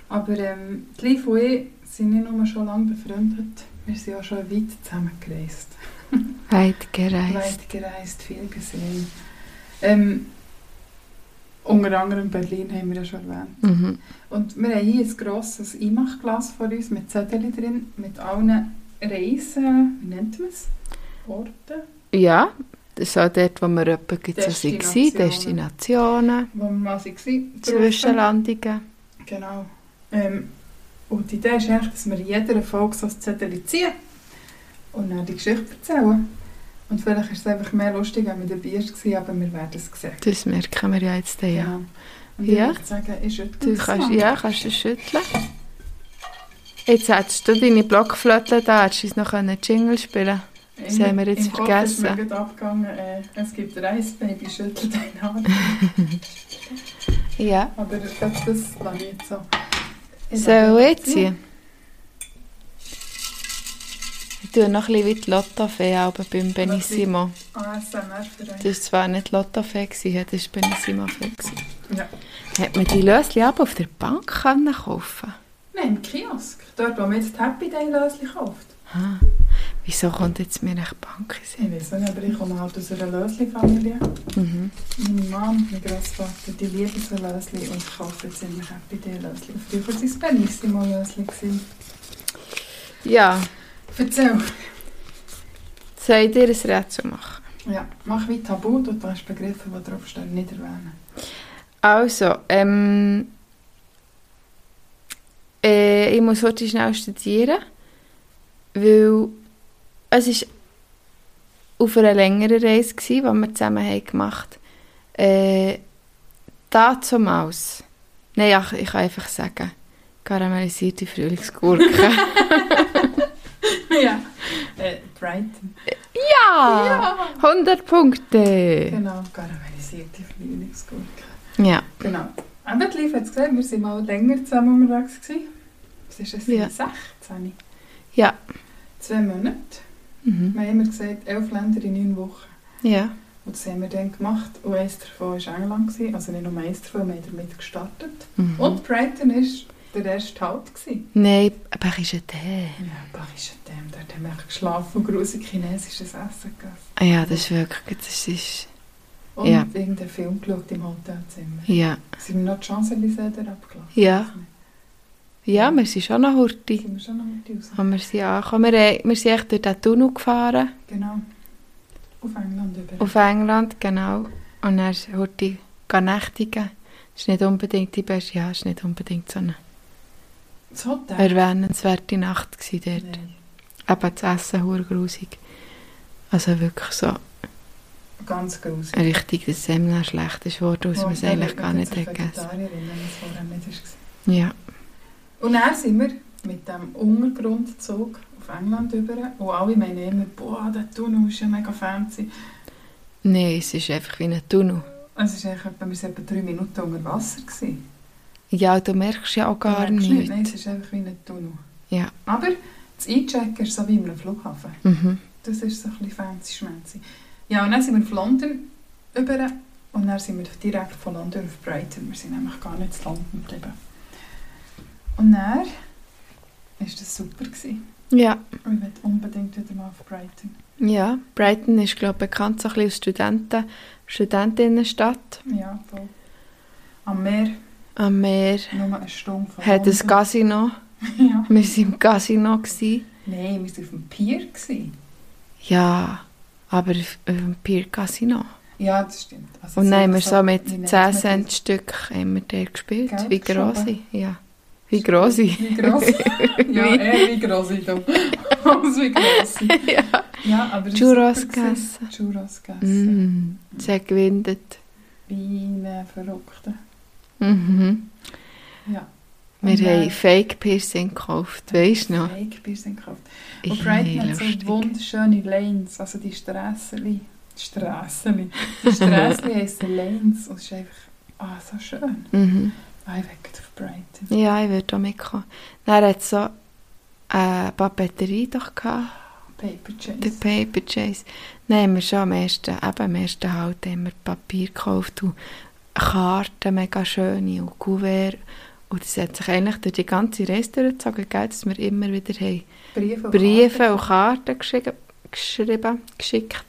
Speaker 2: Aber ähm, die Liv und ich sind nicht nur schon lange befreundet, wir sind auch schon weit zusammengereist.
Speaker 1: du? Weit gereist.
Speaker 2: Weit gereist, viel gesehen. Ähm, unter anderem Berlin haben wir ja schon erwähnt.
Speaker 1: Mhm.
Speaker 2: Und wir haben hier ein grosses Imachglas vor uns mit Zetteln drin, mit allen Reisen, wie nennt man es? Orten,
Speaker 1: Ja, das ist auch dort, wo wir etwa so waren.
Speaker 2: Destinationen.
Speaker 1: Destinationen,
Speaker 2: wo wir mal waren.
Speaker 1: Zwischenlandungen.
Speaker 2: Genau. Ähm, und die Idee ist eigentlich, dass wir in jeder Folge so ein Zettel ziehen und dann die Geschichte erzählen. Und vielleicht ist es einfach mehr lustig, wenn wir dabei waren, aber wir werden es sehen.
Speaker 1: Das merken wir ja jetzt. Ja.
Speaker 2: Genau. Und ich
Speaker 1: Ja.
Speaker 2: würde sagen, ist
Speaker 1: Du kannst, ja, kannst du schütteln. Jetzt hättest du deine Blockflöte da, hättest du uns noch einen Jingle spielen das haben wir jetzt
Speaker 2: Im Kopf ist mir
Speaker 1: vergessen.
Speaker 2: gerade abgegangen, äh, es gibt Reisbaby, schüttelt deinen Arm.
Speaker 1: können. Ja.
Speaker 2: Aber das, das lasse ich jetzt so. Ich
Speaker 1: So,
Speaker 2: lasse
Speaker 1: jetzt hier. Ich tue noch ein bisschen wie die Lottofee aber beim Benissimo.
Speaker 2: ASMR für euch.
Speaker 1: Das war zwar nicht Lottofee, gewesen, das war Benissimo-Fee. gewesen.
Speaker 2: Ja.
Speaker 1: Hat man die Lösli aber auf der Bank können kaufen
Speaker 2: Nein, im Kiosk. Dort, wo man jetzt die Happy Day Lösli kauft.
Speaker 1: ah, Wieso kommt jetzt mir echt Bank in
Speaker 2: Ich weiß nicht, aber ich komme halt aus einer Lösli-Familie.
Speaker 1: den Sinn? mhm.
Speaker 2: Meine Mom, mein Grossvater, die lieben so Lösli und ich kaufe jetzt immer Happy Day Lösli. Früher war es ein Benissimo Lösli. gewesen.
Speaker 1: Ja,
Speaker 2: Erzähl.
Speaker 1: soll ich dir ein Rätsel machen?
Speaker 2: Ja, mach wie Tabu, du darfst Begriffe, die draufstehen, nicht erwähnen.
Speaker 1: Also, ähm, äh, ich muss heute schnell studieren, weil es ist auf einer längeren Reise war, die wir zusammen haben gemacht haben. Äh, dazumals, nein, ach, ich kann einfach sagen, karamellisierte Frühlingsgurken.
Speaker 2: ja. Äh, Brighton.
Speaker 1: ja! 100 Punkte!
Speaker 2: Genau, karamellisierte Frühlingsgurke.
Speaker 1: Ja,
Speaker 2: Genau. Aber die Liv hat es gesehen, wir waren mal länger zusammen unterwegs. gewesen. Was ist das?
Speaker 1: Ja.
Speaker 2: 16?
Speaker 1: Ja.
Speaker 2: Zwei Monate. Wir
Speaker 1: mhm.
Speaker 2: haben immer gesagt, elf Länder in neun Wochen.
Speaker 1: ja,
Speaker 2: Und das haben wir dann gemacht. Und eins davon war England. Gewesen. Also nicht nur eins davon, wir haben damit gestartet.
Speaker 1: mhm.
Speaker 2: Und Brighton war der erste Halt. Gewesen.
Speaker 1: Nein, aber ist ja der.
Speaker 2: Ja, Paris an dem. Dort haben wir geschlafen und grusig chinesisches Essen gegessen.
Speaker 1: Ah Ja, das ist wirklich, das ist,
Speaker 2: Und
Speaker 1: Ja.
Speaker 2: irgendeinen Film geschaut im Hotelzimmer.
Speaker 1: Ja.
Speaker 2: Sind wir noch die Champs-Élysées da abgelaufen?
Speaker 1: Ja. Ja, wir sind schon noch Hurti.
Speaker 2: Sind wir schon noch mit raus?
Speaker 1: Als wir sind angekommen, wir, äh, wir sind echt durch den Tunnel gefahren.
Speaker 2: Genau. Auf England über.
Speaker 1: Auf England, genau. Und dann ist Hurti gehen nächtigen. Ist nicht unbedingt die beste, ja, ist nicht unbedingt so eine
Speaker 2: Das Hotel?
Speaker 1: erwähnenswerte Nacht gewesen dort.
Speaker 2: Nein.
Speaker 1: Eben das Essen hure grusig. Also wirklich so
Speaker 2: Ganz gruselig.
Speaker 1: richtig, dass es einem noch schlecht ist worden, weil man es Äh, eigentlich gar nicht hat gegessen.
Speaker 2: Vegetarierin, wenn es vorher nicht war.
Speaker 1: Ja,
Speaker 2: Und dann sind wir mit dem Untergrundzug auf England über. Und alle meinen immer, boah, der Tunnel ist ja mega fancy.
Speaker 1: nein, es ist einfach wie ein Tunnel.
Speaker 2: Es ist eigentlich etwa, wir waren etwa drei Minuten unter Wasser. Gewesen.
Speaker 1: Ja, du merkst ja auch gar
Speaker 2: Merkst du
Speaker 1: nichts.
Speaker 2: Nein, es ist einfach wie ein Tunnel.
Speaker 1: Ja.
Speaker 2: Aber das Einchecken ist so wie in einem Flughafen.
Speaker 1: Mhm.
Speaker 2: Das ist so ein bisschen fancy schmancy. Ja, und dann sind wir von London über und dann sind wir direkt von London auf Brighton. Wir sind nämlich gar nicht zu London geblieben. Und dann war das super. Gewesen.
Speaker 1: Ja,
Speaker 2: Und ich will unbedingt wieder mal auf Brighton.
Speaker 1: ja. Brighton ist, glaube ich, bekannt so ein bisschen als Studenten, Studentinnenstadt.
Speaker 2: Ja, voll. Am Meer,
Speaker 1: Am Meer
Speaker 2: nur eine Stunde von
Speaker 1: hat ein
Speaker 2: London.
Speaker 1: Casino.
Speaker 2: ja.
Speaker 1: Wir waren im Casino. Gewesen.
Speaker 2: Nein, wir waren auf dem Pier. Gewesen.
Speaker 1: Ja, aber auf auf dem Pier Casino.
Speaker 2: Ja, das stimmt. Also
Speaker 1: Und
Speaker 2: so-
Speaker 1: dann haben wir so mit
Speaker 2: wie nennt
Speaker 1: 10
Speaker 2: man
Speaker 1: Cent Stück haben wir dort gespielt.
Speaker 2: Geld
Speaker 1: wie gross?
Speaker 2: geschoben.
Speaker 1: Ja. Wie gross?
Speaker 2: das? Wie gross? ja,
Speaker 1: Wie-
Speaker 2: eher wie gross ich da. Als wie gross.
Speaker 1: ja.
Speaker 2: Ja, aber es
Speaker 1: Churros
Speaker 2: ist super gewesen.
Speaker 1: gegessen.
Speaker 2: Churros gegessen.
Speaker 1: Mm, sie hat gewindet.
Speaker 2: Wie ein Verrückter.
Speaker 1: Mhm.
Speaker 2: Ja.
Speaker 1: Wir
Speaker 2: Und, äh,
Speaker 1: haben Fake Piercing gekauft, weißt du noch?
Speaker 2: Fake Piercing gekauft. Und Brighton
Speaker 1: Ja,
Speaker 2: hat so
Speaker 1: lustig.
Speaker 2: wunderschöne Lanes, also die Strasseli. Strasseli. Die Strasseli heissen Lanes und es ist einfach ah, so schön.
Speaker 1: Mhm.
Speaker 2: Ah, ich will auf Brighton.
Speaker 1: Ja, ich würde auch mitkommen. Dann hat es so äh, eine Papeterie doch gehabt,
Speaker 2: Paper
Speaker 1: der
Speaker 2: Chase.
Speaker 1: Paper Chase. Dann haben wir schon am ersten, eben am ersten Halt haben wir Papier gekauft und Karten, mega schöne und Kuvert. Und das hat sich eigentlich durch die ganze Reise durchgezogen, gell, dass wir immer wieder haben
Speaker 2: Briefe. und
Speaker 1: Briefe
Speaker 2: Karten.
Speaker 1: und Karten geschickt, geschrieben, geschickt.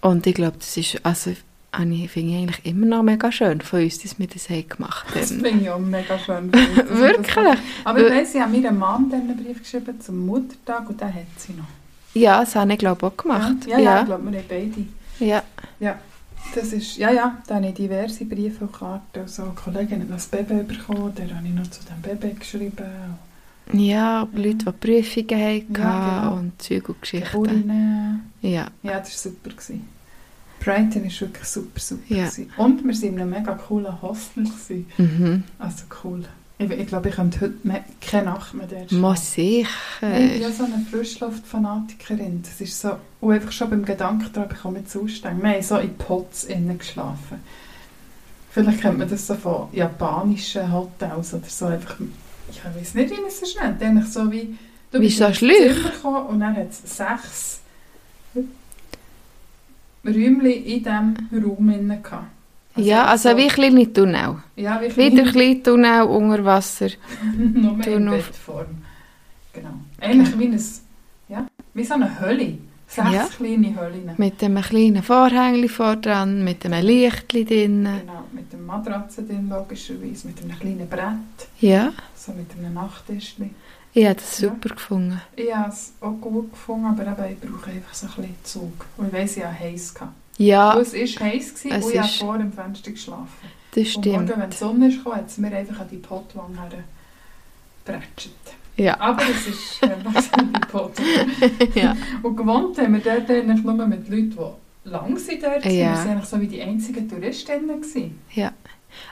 Speaker 1: Und ich glaube, das ist, also, Anni, finde ich eigentlich immer noch mega schön von uns, dass wir das haben gemacht
Speaker 2: Das
Speaker 1: haben.
Speaker 2: finde ich auch mega schön. dass wir das
Speaker 1: Wirklich?
Speaker 2: Aber ich weiss, ich habe meiner Mom dann einen Brief geschrieben zum Muttertag und den hat sie noch.
Speaker 1: Ja, das habe ich, glaube ich, auch gemacht.
Speaker 2: Ja, ja, ja. ich glaube, wir haben beide.
Speaker 1: ja.
Speaker 2: Das ist, ja, ja, da habe ich diverse Briefe und Karten. Also, eine Kollegin hat noch das Baby bekommen, dann habe ich noch zu dem Baby geschrieben.
Speaker 1: Ja, aber Leute, die Prüfungen hatten
Speaker 2: Ja, genau.
Speaker 1: und Zeug und Geschichten.
Speaker 2: Geburten.
Speaker 1: Ja,
Speaker 2: Ja, das war super. Gewesen. Brighton war wirklich super, super.
Speaker 1: Ja.
Speaker 2: Gewesen. Und wir waren in einem mega coolen Hostel. Gewesen.
Speaker 1: mhm.
Speaker 2: Also cool. Ich, ich glaube, ich könnte heute mehr, keine Nacht mehr dort
Speaker 1: Mal
Speaker 2: schlafen. Nein, Ich bin ja
Speaker 1: sicher.
Speaker 2: so eine Frischluftfanatikerin. Das ist so, und einfach schon beim Gedanken daran bekomme ich Zustände. Wir haben so in Pots innen geschlafen. Vielleicht kennt man das so von japanischen Hotels oder so. Einfach, ich weiß nicht, wie man es so schnell nennt. so wie... Du
Speaker 1: Wie
Speaker 2: bist
Speaker 1: so
Speaker 2: ins
Speaker 1: Schläuche?
Speaker 2: Zimmer gekommen und dann hat es sechs Räumchen in diesem Raum. innen gehabt.
Speaker 1: Ja, also
Speaker 2: so-
Speaker 1: wie kleine Tunnel.
Speaker 2: Ja, wie
Speaker 1: Wieder kleine Tunnel unter nou, Wasser.
Speaker 2: Nur mehr in
Speaker 1: Turn off.
Speaker 2: Bettform. Genau. Eigentlich wie, ein, ja, wie so eine Hölle. Sechs
Speaker 1: Ja.
Speaker 2: kleine Höllen.
Speaker 1: Mit einem kleinen Vorhängli vor dran, mit einem Lichtli drinnen.
Speaker 2: Genau, mit der Matratze drin, logischerweise, mit einem kleinen Brett,
Speaker 1: Ja,
Speaker 2: so mit einem Nachttisch.
Speaker 1: ich habe das super gefunden.
Speaker 2: Ich habe es auch gut gefunden, aber eben, ich brauche einfach so ein bisschen Zug. Und ich weiss, ich hatte heiß. Und
Speaker 1: Ja,
Speaker 2: es war heiß gewesen,
Speaker 1: Es
Speaker 2: und ich habe
Speaker 1: ist-
Speaker 2: vor dem Fenster geschlafen.
Speaker 1: das
Speaker 2: Und morgen,
Speaker 1: stimmt.
Speaker 2: wenn die Sonne ist, gekommen, hat es mir einfach an die Pottwand hergebrätscht.
Speaker 1: Ja,
Speaker 2: äh, Aber es ist herrlich, die Pottwand.
Speaker 1: ja.
Speaker 2: Und gewohnt haben wir dort eigentlich nur mit Leuten, die lang sind dort. waren.
Speaker 1: Ja.
Speaker 2: Wir waren eigentlich so wie die einzigen Touristinnen. gewesen.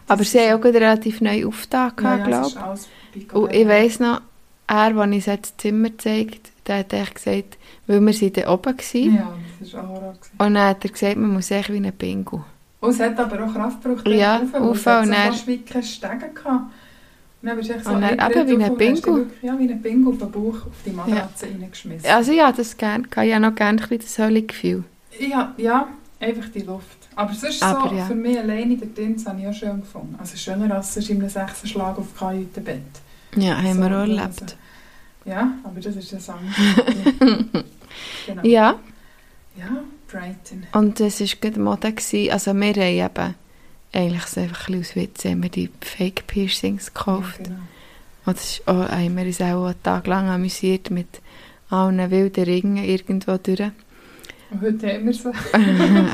Speaker 1: Aber sie haben auch einen relativ neuen Auftrag, gehabt,
Speaker 2: ja,
Speaker 1: glaube
Speaker 2: es
Speaker 1: ich.
Speaker 2: ist alles picobello.
Speaker 1: Und ich weiss noch, er, als ich das Zimmer gezeigt der hat echt gesagt, weil wir sind da oben waren.
Speaker 2: Ja, das war auch Horror. gewesen.
Speaker 1: Und dann hat er gesagt, man muss echt wie ein Bingo.
Speaker 2: Und es hat aber auch Kraft gebraucht. dort
Speaker 1: Ja,
Speaker 2: rauf, weil
Speaker 1: rauf
Speaker 2: es hat
Speaker 1: und
Speaker 2: so
Speaker 1: dann-
Speaker 2: fast wie keine Stege gehabt. Und dann bist du echt so
Speaker 1: Und dann
Speaker 2: eingetreten
Speaker 1: eben wie
Speaker 2: und
Speaker 1: ein
Speaker 2: hast dich
Speaker 1: Bingo.
Speaker 2: wirklich- Ja, wie ein Bingo auf den Bauch, auf die Matratze reingeschmissen.
Speaker 1: Also ja, das gerne. Ich habe noch gerne ein bisschen das Höllengefühl.
Speaker 2: Ja, ja, einfach die Luft. Aber sonst
Speaker 1: Aber
Speaker 2: so,
Speaker 1: ja.
Speaker 2: für mich alleine der Dins habe ich auch schön gefunden. Also schöner als sonst in einem Sechserschlag auf Kajutenbett.
Speaker 1: Ja, haben wir
Speaker 2: So,
Speaker 1: auch
Speaker 2: also.
Speaker 1: erlebt.
Speaker 2: Ja, aber das ist ja Song. genau.
Speaker 1: Ja,
Speaker 2: Ja, Brighton.
Speaker 1: Und das war gerade Mode. Gewesen. Also wir haben eben, eigentlich so einfach ein bisschen aus Witz, haben wir die Fake-Piercings gekauft.
Speaker 2: Ja, genau.
Speaker 1: Und das ist auch, haben wir uns auch einen Tag lang amüsiert mit allen wilden Ringen irgendwo durch.
Speaker 2: Und heute haben wir so.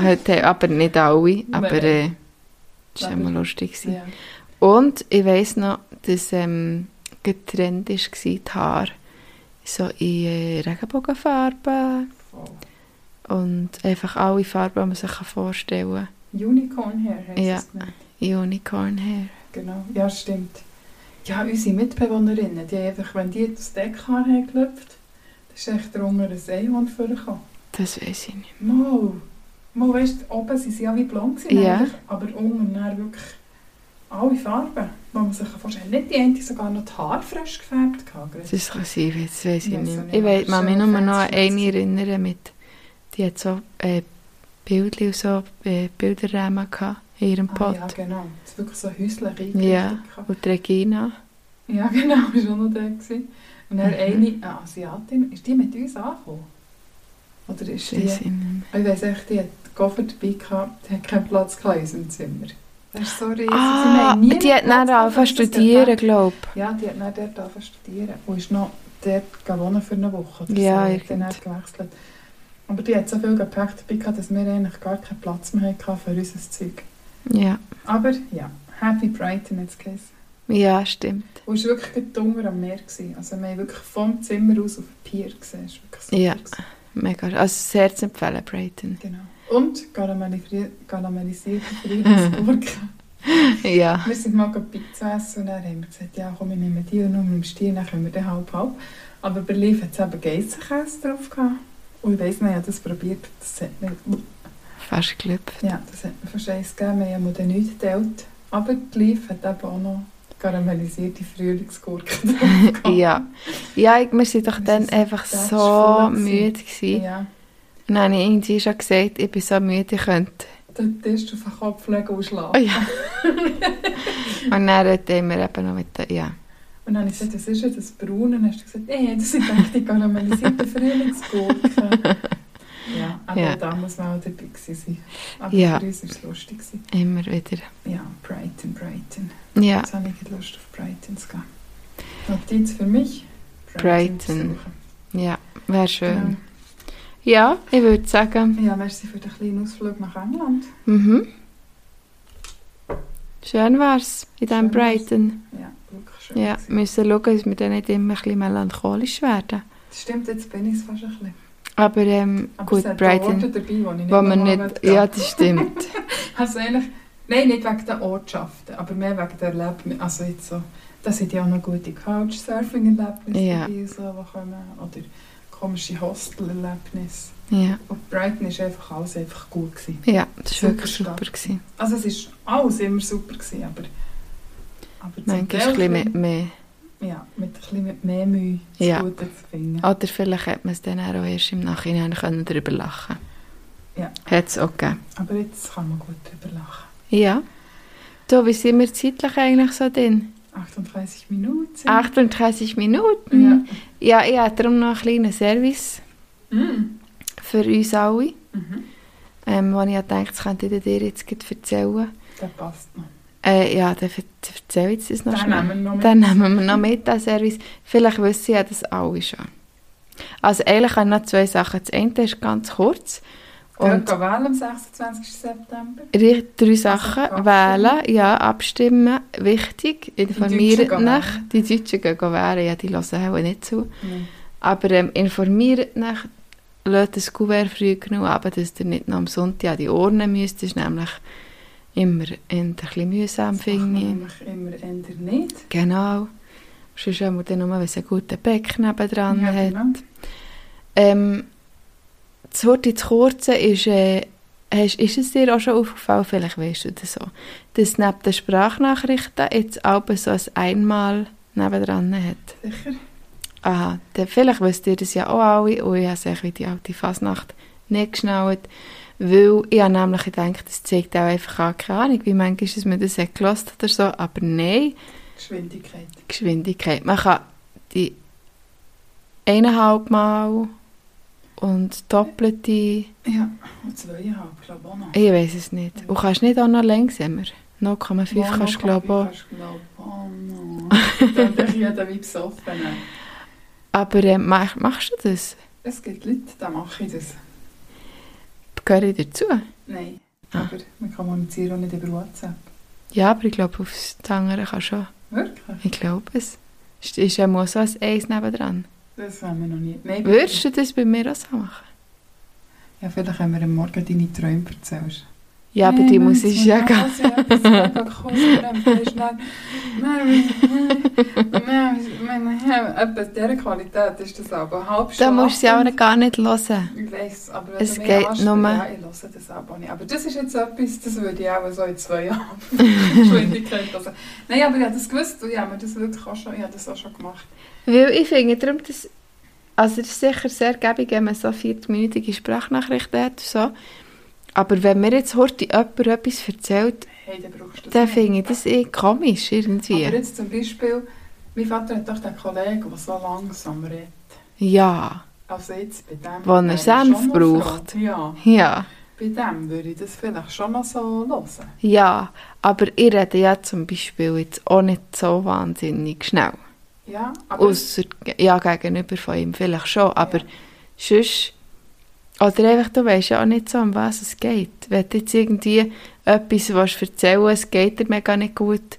Speaker 1: Heute, aber nicht alle, aber äh, das war
Speaker 2: Aber-
Speaker 1: immer lustig. gewesen.
Speaker 2: Ja.
Speaker 1: Und ich weiss noch, dass ähm, getrennt war, die Haare so in äh, Regenbogenfarben
Speaker 2: Voll.
Speaker 1: und einfach alle Farben, die man sich kann vorstellen
Speaker 2: Unicorn Hair heisst
Speaker 1: Ja.
Speaker 2: es genannt.
Speaker 1: kann. Unicorn Hair.
Speaker 2: Genau, ja, stimmt. Ja, unsere Mitbewohnerinnen, die haben einfach, wenn die das Deckhaar haben gelöpft, dann ist echt drunter ein Einwand vorgekommen.
Speaker 1: Das weiss ich nicht.
Speaker 2: Mal, mal weißt du, oben sind sie ja wie blond gewesen,
Speaker 1: Ja.
Speaker 2: eigentlich, aber unten dann wirklich alle Farben, die man sich vorstellen kann. Nicht die eine sogar noch die Haare frisch gefärbt gehabt. gell?
Speaker 1: Das kann sein, das weiss ich
Speaker 2: Ja,
Speaker 1: nicht.
Speaker 2: so
Speaker 1: Ich weiss,
Speaker 2: eine
Speaker 1: kann mich nur noch an
Speaker 2: Schönheitsschürze.
Speaker 1: eine erinnern mit, die hat so äh, Bilder und so äh, Bilderrahmen gehabt in ihrem
Speaker 2: Ah,
Speaker 1: Pott.
Speaker 2: ja, genau. Das ist wirklich so häuslich
Speaker 1: Ja.
Speaker 2: eingerichtet. gehabt.
Speaker 1: Und die Regina.
Speaker 2: Ja, genau, ist auch noch der. Gewesen. Und dann
Speaker 1: Mhm.
Speaker 2: eine, eine Asiatin, ist die mit uns angekommen? Oder ist
Speaker 1: Das
Speaker 2: die...
Speaker 1: weiss ich nicht mehr.
Speaker 2: Ich weiss echt, die hat die Koffer dabei gehabt, die hat keinen Platz gehabt in unserem Zimmer. Das ist so riesig. Wir
Speaker 1: Ah,
Speaker 2: haben nie
Speaker 1: die hat
Speaker 2: Platz
Speaker 1: dann
Speaker 2: gehabt,
Speaker 1: angefangen
Speaker 2: dass
Speaker 1: zu
Speaker 2: das
Speaker 1: studieren,
Speaker 2: geht.
Speaker 1: glaube ich.
Speaker 2: Ja, die hat dann dort angefangen zu studieren und ist noch dort gewonnen für eine Woche. oder
Speaker 1: Ja,
Speaker 2: so. hat dann
Speaker 1: irgend-
Speaker 2: gewechselt. Aber die hat so viel Gepäck dabei gehabt, dass wir eigentlich gar keinen Platz mehr hatten für unser Zeug.
Speaker 1: Ja.
Speaker 2: Aber ja, Happy Brighton hat es geheißen.
Speaker 1: Ja, stimmt.
Speaker 2: Und es war wirklich gerade dunkel am Meer. Gewesen. Also wir haben wirklich vom Zimmer aus auf den Pier gesehen. Es war wirklich super
Speaker 1: Ja.
Speaker 2: gewesen.
Speaker 1: Mega. Also sehr zu empfehlen, Brighton.
Speaker 2: Genau. Und karamellisier- karamellisierte Frühlingsgurken.
Speaker 1: Ja.
Speaker 2: wir sind mal gerade Pizza essen und dann haben wir gesagt, ja komm, wir nehmen die und nur mit dem Stier, dann können wir den halb halb. Aber bei Liv hat es eben Geissenkäse drauf gehabt. Und ich weiss nicht, ich habe das probiert, das hat mir,
Speaker 1: Fast geklopft.
Speaker 2: ja, das hat mir verscheiss gegeben, wir haben ja den nichts geteilt. Aber die Liv hat eben auch noch karamellisierte Frühlingsgurken drauf gehabt.
Speaker 1: Ja. Ja, ich, wir waren doch
Speaker 2: Wir
Speaker 1: dann
Speaker 2: sind
Speaker 1: einfach
Speaker 2: total
Speaker 1: so
Speaker 2: voll gewesen.
Speaker 1: müde. Gewesen.
Speaker 2: ja.
Speaker 1: Und dann habe ich irgendwie schon gesagt, ich bin so müde, ich könnte.
Speaker 2: Den Tisch auf den Kopf legen und schlafen.
Speaker 1: Oh ja. Und dann haben wir eben noch mit der, ja.
Speaker 2: Und dann habe ich gesagt, was ist denn das Braune? Und dann hast du gesagt, ey, das sind echt die karamellisierten Frühlingsgurken. ja, aber
Speaker 1: Ja.
Speaker 2: da muss man auch dabei gewesen sein. Aber
Speaker 1: Ja.
Speaker 2: für uns war es lustig. Gewesen.
Speaker 1: Immer wieder.
Speaker 2: Ja, Brighton, Brighton.
Speaker 1: Ja.
Speaker 2: Jetzt habe ich gerade Lust auf Brighton zu gehen. Notiz für mich?
Speaker 1: Brighton.
Speaker 2: besuchen.
Speaker 1: Ja. Wäre schön.
Speaker 2: Genau.
Speaker 1: Ja, ich würde sagen.
Speaker 2: Ja, merci für den kleinen Ausflug nach England.
Speaker 1: Mhm. Schön war's in diesem
Speaker 2: Schön war's.
Speaker 1: Brighton.
Speaker 2: Ja, wirklich schön.
Speaker 1: Ja, wir
Speaker 2: gewesen.
Speaker 1: müssen schauen, dass wir dann nicht immer ein bisschen melancholisch werden.
Speaker 2: Das stimmt, jetzt bin ich es fast ein bisschen.
Speaker 1: Aber, ähm,
Speaker 2: Aber
Speaker 1: gut,
Speaker 2: es hat auch
Speaker 1: Brighton.
Speaker 2: Orte dabei, wo ich nicht
Speaker 1: Wo man
Speaker 2: normal
Speaker 1: nicht,
Speaker 2: gehen
Speaker 1: ja, das stimmt.
Speaker 2: Also eigentlich, nein, nicht wegen der Ortschaften, aber mehr wegen der Erlebnisse. Also jetzt so, da sind ja auch noch gute Couchsurfing-Erlebnisse
Speaker 1: Ja.
Speaker 2: dabei, so, die kommen. Oder komische Hostel-Erlebnisse.
Speaker 1: ja,
Speaker 2: Und Brighton ist einfach alles einfach gut gewesen.
Speaker 1: ja, das war
Speaker 2: Super
Speaker 1: wirklich super.
Speaker 2: stark.
Speaker 1: Gewesen.
Speaker 2: Also es ist alles immer super gewesen, aber... aber zum
Speaker 1: Manchmal
Speaker 2: Teil
Speaker 1: ein bisschen mehr, mehr.
Speaker 2: Ja, mit ein bisschen mit mehr Mühe das
Speaker 1: Ja.
Speaker 2: Gute zu finden.
Speaker 1: Oder vielleicht hätte man es dann auch erst im Nachhinein können darüber lachen
Speaker 2: Ja.
Speaker 1: Hat es auch gegeben.
Speaker 2: Aber jetzt kann man gut drüber lachen.
Speaker 1: Ja. Du, wie sind wir zeitlich eigentlich so drin?
Speaker 2: 38 Minuten.
Speaker 1: 38 Minuten.
Speaker 2: Ja.
Speaker 1: Ja, ich habe darum noch einen kleinen Service
Speaker 2: Mhm.
Speaker 1: für uns alle,
Speaker 2: Mhm.
Speaker 1: ähm, wo ich auch denke, das könnte ich dir jetzt gleich erzählen.
Speaker 2: Der passt noch.
Speaker 1: Äh, ja, dann ver- erzähle ich jetzt das noch
Speaker 2: Den
Speaker 1: schnell.
Speaker 2: nehmen wir noch mit.
Speaker 1: Dann nehmen wir noch mit den Service. Vielleicht wissen ja das alle schon. Also eigentlich habe ich noch zwei Sachen. Das eine ist ganz kurz.
Speaker 2: Und
Speaker 1: Und
Speaker 2: gehen wählen am 26. September.
Speaker 1: ri- drei Sachen
Speaker 2: abstimmen.
Speaker 1: wählen, ja, abstimmen, wichtig, informiert
Speaker 2: Deutschen gehen
Speaker 1: nach. Die Deutschen gehen wählen, ja, die hören auch nicht zu.
Speaker 2: Mhm.
Speaker 1: Aber ähm, informiert nach, lasst das Kuvert früh genug ab, dass ihr nicht noch am Sonntag an die Urnen müsst. Das ist nämlich immer ein bisschen mühsam,
Speaker 2: Das macht man
Speaker 1: finde ich.
Speaker 2: nämlich immer eher nicht.
Speaker 1: Genau. Sonst haben wir dann nur, wenn es einen guten Becken nebendran
Speaker 2: Ja,
Speaker 1: hat.
Speaker 2: genau.
Speaker 1: Ähm, das Worte zu kurzen ist, äh, hast, ist es dir auch schon aufgefallen, vielleicht weißt du das so, dass neben den Sprachnachrichten jetzt auch so ein Einmal nebendran hat.
Speaker 2: Sicher.
Speaker 1: Aha, dann vielleicht wisst ihr das ja auch alle und ich habe es echt wie die alte Fasnacht nicht geschnallt, weil ich habe nämlich gedacht, das zeigt auch einfach an, keine Ahnung, wie manchmal ist es mir das hat gehört oder so, aber nein,
Speaker 2: Geschwindigkeit.
Speaker 1: Geschwindigkeit. Man kann die eineinhalb Mal und doppelte.
Speaker 2: Ja, und zweieinhalb, glaube ich, auch noch.
Speaker 1: Ich weiß es nicht. Und kannst nicht auch noch langsamer? 0,5
Speaker 2: Mono
Speaker 1: kannst du, glaube ich, auch.
Speaker 2: kannst du, glaub ich, auch noch. Dann bin ich jeder wie besoffen.
Speaker 1: Aber äh, mach, machst du das?
Speaker 2: Es gibt Leute, da mache ich das.
Speaker 1: Gehöre ich dazu?
Speaker 2: Nein.
Speaker 1: Ah.
Speaker 2: Aber wir kommunizieren auch nicht über WhatsApp.
Speaker 1: Ja, aber ich glaube, aufs andere kann schon.
Speaker 2: Wirklich?
Speaker 1: Ich glaube es. Ist- Ist ja mal so ein Eis nebendran.
Speaker 2: Das haben wir noch nie. Nein,
Speaker 1: Würdest du das bei mir auch so machen?
Speaker 2: Ja, vielleicht haben wir am Morgen deine Träume erzählst.
Speaker 1: Ja, aber die muss ich ja gar
Speaker 2: Etwas dieser Qualität ist das aber halb
Speaker 1: Da musst du sie auch gar nicht hören.
Speaker 2: Ich weiss, aber wenn
Speaker 1: Es
Speaker 2: du mich
Speaker 1: geht
Speaker 2: anstellst,
Speaker 1: nur-
Speaker 2: Ja, ich höre das auch nicht. Aber das ist jetzt etwas, das würde ich auch so in zwei Jahren Geschwindigkeit hören. Nein, aber ich habe das gewusst und ich habe mir das wirklich auch schon, ich habe das auch schon gemacht.
Speaker 1: Weil ich finde darum, dass... Also es ist sicher sehr gäbig, wenn man so 40-minütige Sprachnachrichten hat und so. Aber wenn mir jetzt heute jemand etwas erzählt,
Speaker 2: Hey, dann brauchst du das
Speaker 1: dann
Speaker 2: nicht.
Speaker 1: finde ich das eh komisch
Speaker 2: Aber
Speaker 1: irgendwie.
Speaker 2: jetzt zum Beispiel, mein Vater hat doch den Kollegen, der so langsam redet.
Speaker 1: Ja,
Speaker 2: Also jetzt bei dem...
Speaker 1: Wo er
Speaker 2: wäre ich
Speaker 1: Senf
Speaker 2: schon noch
Speaker 1: braucht.
Speaker 2: froh. Ja,
Speaker 1: ja,
Speaker 2: bei dem würde ich das vielleicht schon noch so hören.
Speaker 1: ja. Aber ich rede ja zum Beispiel jetzt auch nicht so wahnsinnig schnell.
Speaker 2: Ja, aber...
Speaker 1: Ausser, ja, gegenüber von ihm vielleicht schon, aber
Speaker 2: Ja.
Speaker 1: sonst... Oder einfach, du weisst ja auch nicht so, um was es geht. Wenn du jetzt irgendwie etwas willst erzählen es geht dir mega nicht gut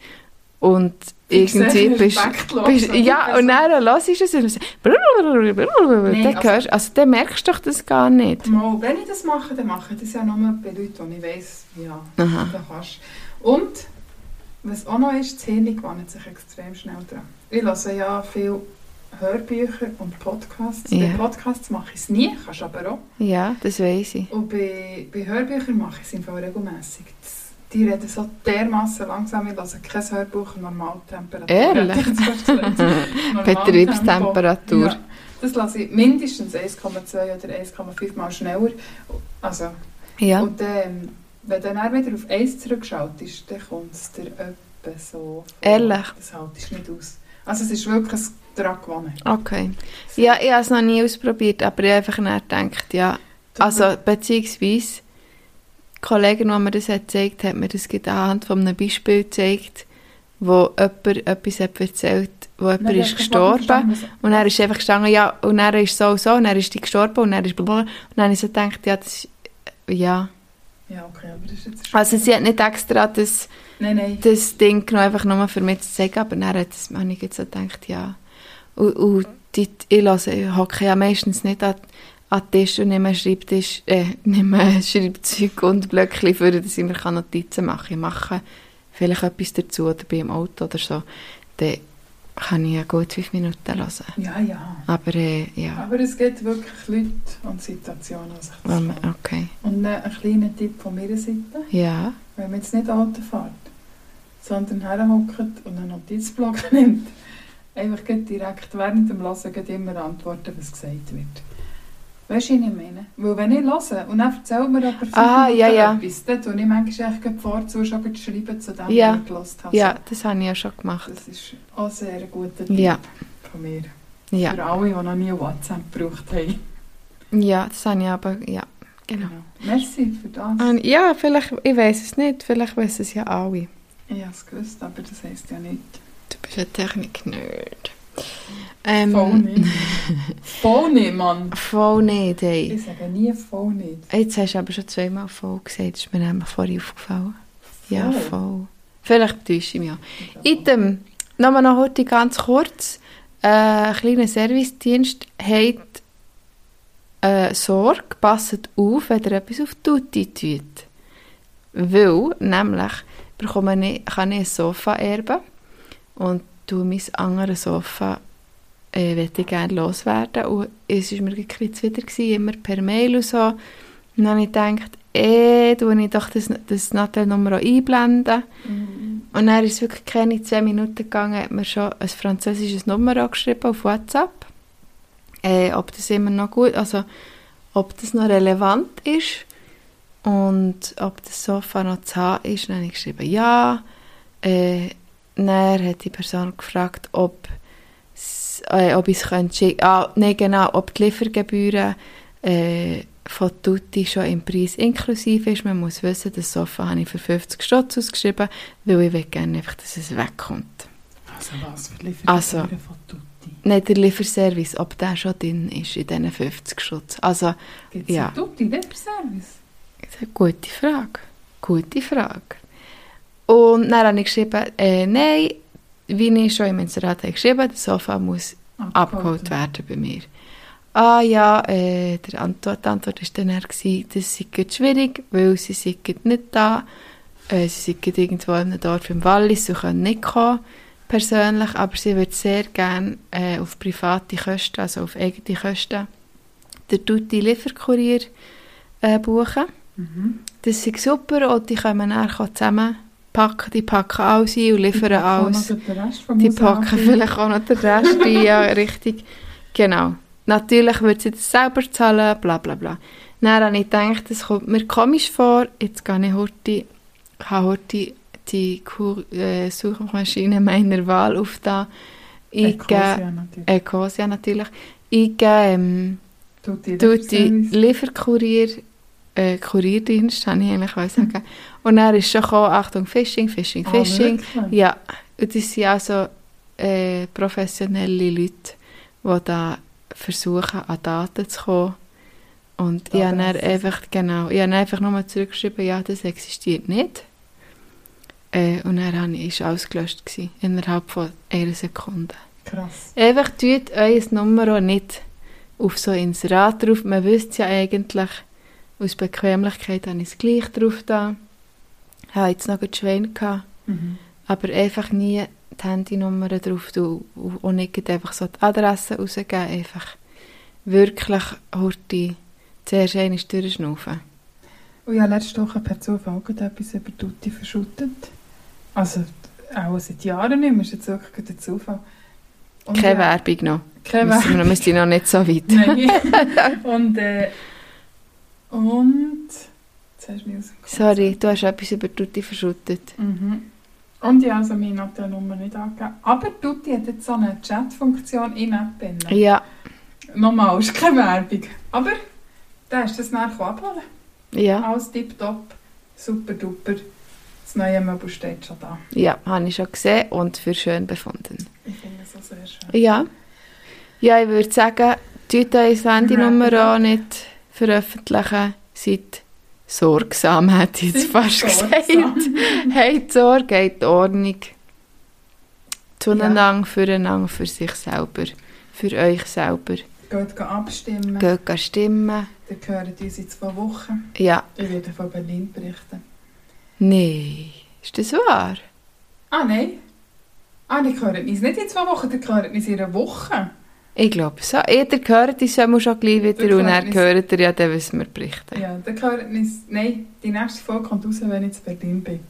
Speaker 1: und
Speaker 2: Ich sehe,
Speaker 1: irgendwie bist
Speaker 2: respektlos.
Speaker 1: bist,
Speaker 2: Also,
Speaker 1: Ja, und dann hörst du es und dann,
Speaker 2: Nee,
Speaker 1: dann
Speaker 2: also-
Speaker 1: hörst, also dann merkst du doch das gar nicht.
Speaker 2: Mal, wenn ich das mache, dann mache ich das ja nur bei Leuten, die ich weiss, ja...
Speaker 1: Aha.
Speaker 2: Da kannst. du. Und was auch noch ist, das Hirn gewöhnt sich extrem schnell dran. Ich höre ja viele Hörbücher und Podcasts.
Speaker 1: Ja.
Speaker 2: Bei Podcasts mache ich es nie, kannst aber auch.
Speaker 1: Ja, das weiss ich.
Speaker 2: Und bei, bei Hörbüchern mache ich es im Fall regelmässig. Das- Die reden so dermassen langsam, ich höre kein Hörbuch in Normaltemperatur.
Speaker 1: Ehrlich?
Speaker 2: Hätte ich jetzt fast gesagt. Normaltempo.
Speaker 1: Betriebstemperatur.
Speaker 2: Ja, das lasse ich mindestens 1,2 oder 1,5 Mal schneller. Also,
Speaker 1: Ja.
Speaker 2: und ähm, wenn du dann wieder auf 1 zurückschaltest, dann kommt es dir etwa so. vor.
Speaker 1: Ehrlich?
Speaker 2: Das haltest du nicht aus. Also es ist wirklich ein daran gewonnen.
Speaker 1: Okay. Ja, ich habe es noch nie ausprobiert, aber ich habe einfach nachher gedacht, ja, Also, beziehungsweise, die Kollegin, die mir das hat gezeigt hat, mir das gerade anhand von einem Beispiel gezeigt, wo jemand etwas hat erzählt wo jemand ist gestorben. Und er ist einfach gestanden, ja, und er ist so und so, und er ist die gestorben, und er ist blablabla. Und dann habe ich so gedacht, ja, das ist, ja.
Speaker 2: Ja, okay, aber das ist jetzt
Speaker 1: Also sie hat nicht extra das,
Speaker 2: Nein, nein.
Speaker 1: das Ding genommen, einfach nur für mich zu zeigen, aber dann hat das, habe ich jetzt so gedacht, ja. Und, und die, ich lasse, ich hocke ja meistens nicht an, an den Tisch und nehme einen Schreibtisch, äh, nehme ein Schreibzeug und Blöckchen für, dass ich mir kann Notizen machen kann. Ich mache vielleicht etwas dazu oder bin im Auto oder so. Dann kann ich ja gut fünf Minuten hören.
Speaker 2: Ja, ja.
Speaker 1: Aber äh, ja,
Speaker 2: Aber es gibt wirklich Leute und Situationen, die sich das
Speaker 1: Ähm,
Speaker 2: kommen.
Speaker 1: okay.
Speaker 2: Und äh, ein kleiner Tipp von meiner Seite.
Speaker 1: Ja,
Speaker 2: Wenn man jetzt nicht Auto fährt, sondern herhockt und einen Notizblock nimmt, einfach gleich direkt während dem Hören gleich immer antworten, was gesagt wird. Weißt du, was ich meine? Weil wenn ich höre und dann erzählt mir aber
Speaker 1: Ah, ja, ja.
Speaker 2: etwas, dann tue ich manchmal echt gleich vorzu, schon gleich schreiben zu dem,
Speaker 1: Ja.
Speaker 2: was ich gelesen habe.
Speaker 1: ja, das habe ich ja schon gemacht.
Speaker 2: Das ist auch ein sehr guter Tipp
Speaker 1: Ja.
Speaker 2: von mir.
Speaker 1: Ja,
Speaker 2: Für alle, die noch nie WhatsApp gebraucht haben.
Speaker 1: ja das habe ich aber, ja, genau.
Speaker 2: Merci für das.
Speaker 1: Und ja, vielleicht, ich weiß es nicht, vielleicht wissen es ja alle.
Speaker 2: Ich habe es gewusst, aber das heisst ja nicht.
Speaker 1: Du bist ein Technik-Nerd. Ähm,
Speaker 2: Voll nicht. Voll nicht, Mann.
Speaker 1: Voll nicht, ey.
Speaker 2: Ich sage nie voll nicht.
Speaker 1: Jetzt hast du aber schon zweimal voll gesagt, das ist mir nämlich vorhin aufgefallen. Ja,
Speaker 2: Voll.
Speaker 1: voll. Vielleicht täusche ich mich auch. Item, nochmal noch heute ganz kurz. Äh, Ein kleiner Servicedienst hat äh, Sorge, passt auf, wenn ihr etwas auf die Tutti tut. Weil, nämlich, bekomme ich, kann ich ein Sofa erben und tue mein anderes Sofa äh, möchte ich gerne loswerden. Und es war mir gerade ein bisschen zuwider, gewesen, immer per Mail und so. Und dann habe ich gedacht, eh, tue ich doch das, das Nattel-Nummer auch einblenden.
Speaker 2: Mhm.
Speaker 1: Und dann ist es wirklich keine zwei Minuten gegangen, hat mir schon ein französisches Nummer angeschrieben auf WhatsApp. Äh, ob das immer noch gut, also ob das noch relevant ist und ob das Sofa noch zu haben ist. Dann habe ich geschrieben, ja. Äh, dann hat die Person gefragt, ob, s- äh, ob ich es könnte schicken. Ah, nein, genau, ob die Liefergebühren äh, von Tutti schon im Preis inklusive ist. Man muss wissen, das Sofa habe ich für 50 Stutz ausgeschrieben, weil ich will gerne einfach, dass es wegkommt.
Speaker 2: Also was für Lieferungen
Speaker 1: Also-
Speaker 2: von Tutti?
Speaker 1: Nicht der Lieferservice, ob der schon drin ist in diesen 50 Stutz. Also,
Speaker 2: Gibt es
Speaker 1: Ja.
Speaker 2: ja. Tutti Lieferservice?
Speaker 1: das ist eine gute Frage. Gute Frage. Und dann habe ich geschrieben, äh, nein, wie ich schon im Inserat habe geschrieben, das Sofa muss abgeholt werden bei mir. Ah ja, äh, der Antwort, die Antwort war dann eher, gewesen, das sei gerade schwierig, weil sie sind gerade nicht da. Äh, sie sind gerade irgendwo in einem Dorf im Wallis und können nicht kommen, persönlich. Aber sie würde sehr gerne äh, auf private Kosten, also auf eigene Kosten, den Tutti Lieferkurier äh, buchen.
Speaker 2: Mhm.
Speaker 1: Das sei super und die können dann zusammenpacken. Die packen alles ein und liefern alles.
Speaker 2: Auch noch den Rest vom
Speaker 1: Die
Speaker 2: Haus an.
Speaker 1: packen vielleicht auch noch den Rest ein, ja, eh, richtig. Genau. Natürlich würde sie das selber zahlen, bla bla bla. Nou, Dann habe ich gedacht, das kommt mir komisch vor, jetzt gehe ich heute, habe heute die Kur äh, Suchmaschine meiner Wahl auf da. Eingeben,
Speaker 2: Ecosia natürlich.
Speaker 1: Ecosia natürlich. Eingeben, ähm,
Speaker 2: Tutti
Speaker 1: Tutti
Speaker 2: Lieferservice.
Speaker 1: Lieferkurier, äh, Kurierdienst, habe ich eigentlich wollen sagen. Und dann ist schon gekommen, Achtung, Phishing, Phishing,
Speaker 2: Mhm. Ah,
Speaker 1: Phishing.
Speaker 2: wirklich?
Speaker 1: Ja, und das sind also äh, professionelle Leute, die da versuchen, an Daten zu kommen. Und ich habe dann
Speaker 2: Datenanalyse.
Speaker 1: einfach, genau, ich habe dann einfach nochmal zurückgeschrieben, ja, das existiert nicht. Äh, und dann habe ich- ist alles gelöscht gewesen, innerhalb von einer Sekunde.
Speaker 2: Krass.
Speaker 1: Einfach tut euer Nummer auch nicht auf so Inserat drauf. Man wüsste es ja eigentlich, aus Bequemlichkeit habe ich es gleich drauf da. Ich habe jetzt noch ein Schwein gehabt.
Speaker 2: Mhm.
Speaker 1: Aber einfach nie die Handynummer drauf tun und und nicht gerade einfach so die Adresse rausgeben. Einfach wirklich Horti zuerst einmal durchschnaufen.
Speaker 2: Und ich habe letzte Woche per Zufall auch gerade etwas über Tutti verschüttet. Also auch seit Jahren nicht mehr, ist jetzt wirklich gerade ein Zufall. Und
Speaker 1: Keine
Speaker 2: ja,
Speaker 1: Werbung noch.
Speaker 2: Keine
Speaker 1: Müssen wir,
Speaker 2: Werbung.
Speaker 1: wir sind noch nicht so weit.
Speaker 2: Nein. und, äh, und... Jetzt hast du mich aus dem Kopf.
Speaker 1: Sorry, du hast etwas über Tutti verschüttet.
Speaker 2: Mhm. Und ja, also meine hat die Nummer nicht angegeben. Aber Tutti hat jetzt so eine Chat-Funktion in der App. drin.
Speaker 1: Ja,
Speaker 2: Nochmal, ist keine Werbung. Aber da ist das nachher abholen.
Speaker 1: ja,
Speaker 2: Alles tipptopp, super duper. Das neue Möbel steht schon da.
Speaker 1: ja, habe ich schon gesehen und für schön befunden.
Speaker 2: Ich finde es auch sehr schön.
Speaker 1: Ja. Ja, ich würde sagen, tut eure Handynummer
Speaker 2: Ja.
Speaker 1: auch nicht veröffentlichen. Seid sorgsam, hätte ich jetzt fast gesagt. Hey, die Sorge, hey, die Ordnung. Zueinander, füreinander, für sich selber. Für euch selber.
Speaker 2: Geht gehen abstimmen.
Speaker 1: Geht gehen stimmen.
Speaker 2: Ihr hört uns in zwei Wochen.
Speaker 1: Ja.
Speaker 2: Ich werde von Berlin berichten.
Speaker 1: Nee. Ist das wahr?
Speaker 2: Ah, nein. Ah, ihr hört uns nicht in zwei Wochen, ihr hört uns in einer Woche.
Speaker 1: Ich glaube so. Jeder hört uns einmal schon gleich wieder
Speaker 2: Ihr
Speaker 1: und
Speaker 2: hört
Speaker 1: dann
Speaker 2: uns.
Speaker 1: hört ihr ja dann, was wir berichten.
Speaker 2: Ja, ihr hört uns... Nein, die nächste Folge kommt raus, wenn ich in Berlin bin.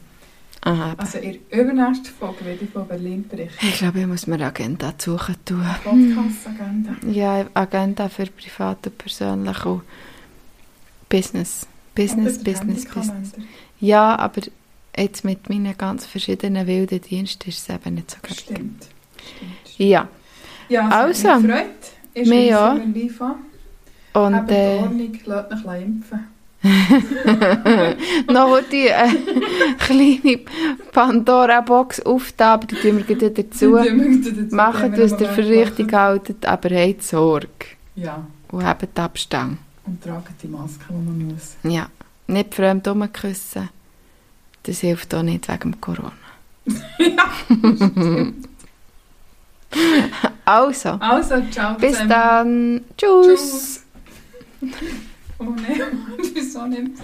Speaker 1: Aha.
Speaker 2: Also in der übernächsten Folge werde ich von Berlin berichten.
Speaker 1: Ich glaube, ich muss mir eine Agenda suchen tun.
Speaker 2: Podcast-Agenda.
Speaker 1: Ja, Agenda für privat und persönlich und Business. Business,
Speaker 2: Und der
Speaker 1: Business, Business.
Speaker 2: Handykalender.
Speaker 1: Ja, aber jetzt mit meinen ganz verschiedenen wilden Diensten ist es eben nicht so gut.
Speaker 2: Stimmt. Stimmt. stimmt.
Speaker 1: Ja,
Speaker 2: Ja, es hat
Speaker 1: Also.
Speaker 2: mich gefreut. Ist
Speaker 1: Mir
Speaker 2: uns
Speaker 1: ja.
Speaker 2: immer live an.
Speaker 1: und
Speaker 2: Habt
Speaker 1: äh,
Speaker 2: Ordnung, lasst euch impfen.
Speaker 1: noch wollte ich eine kleine Pandora-Box auftaben, aber die tun wir gleich wieder zu.
Speaker 2: Dann tun wir dazu,
Speaker 1: Macht,
Speaker 2: wenn wir
Speaker 1: was
Speaker 2: noch
Speaker 1: ihr für
Speaker 2: Geld
Speaker 1: richtig haltet, aber habt Sorge
Speaker 2: brauchen. Ja,
Speaker 1: und habt Abstand.
Speaker 2: und tragt die Maske, die man muss.
Speaker 1: Ja, nicht fremd rumküssen, das hilft auch nicht wegen dem Corona. also,
Speaker 2: Also, ciao
Speaker 1: bis
Speaker 2: zusammen.
Speaker 1: dann. Tschüss.
Speaker 2: Tschüss. Oh nein, wieso nimmt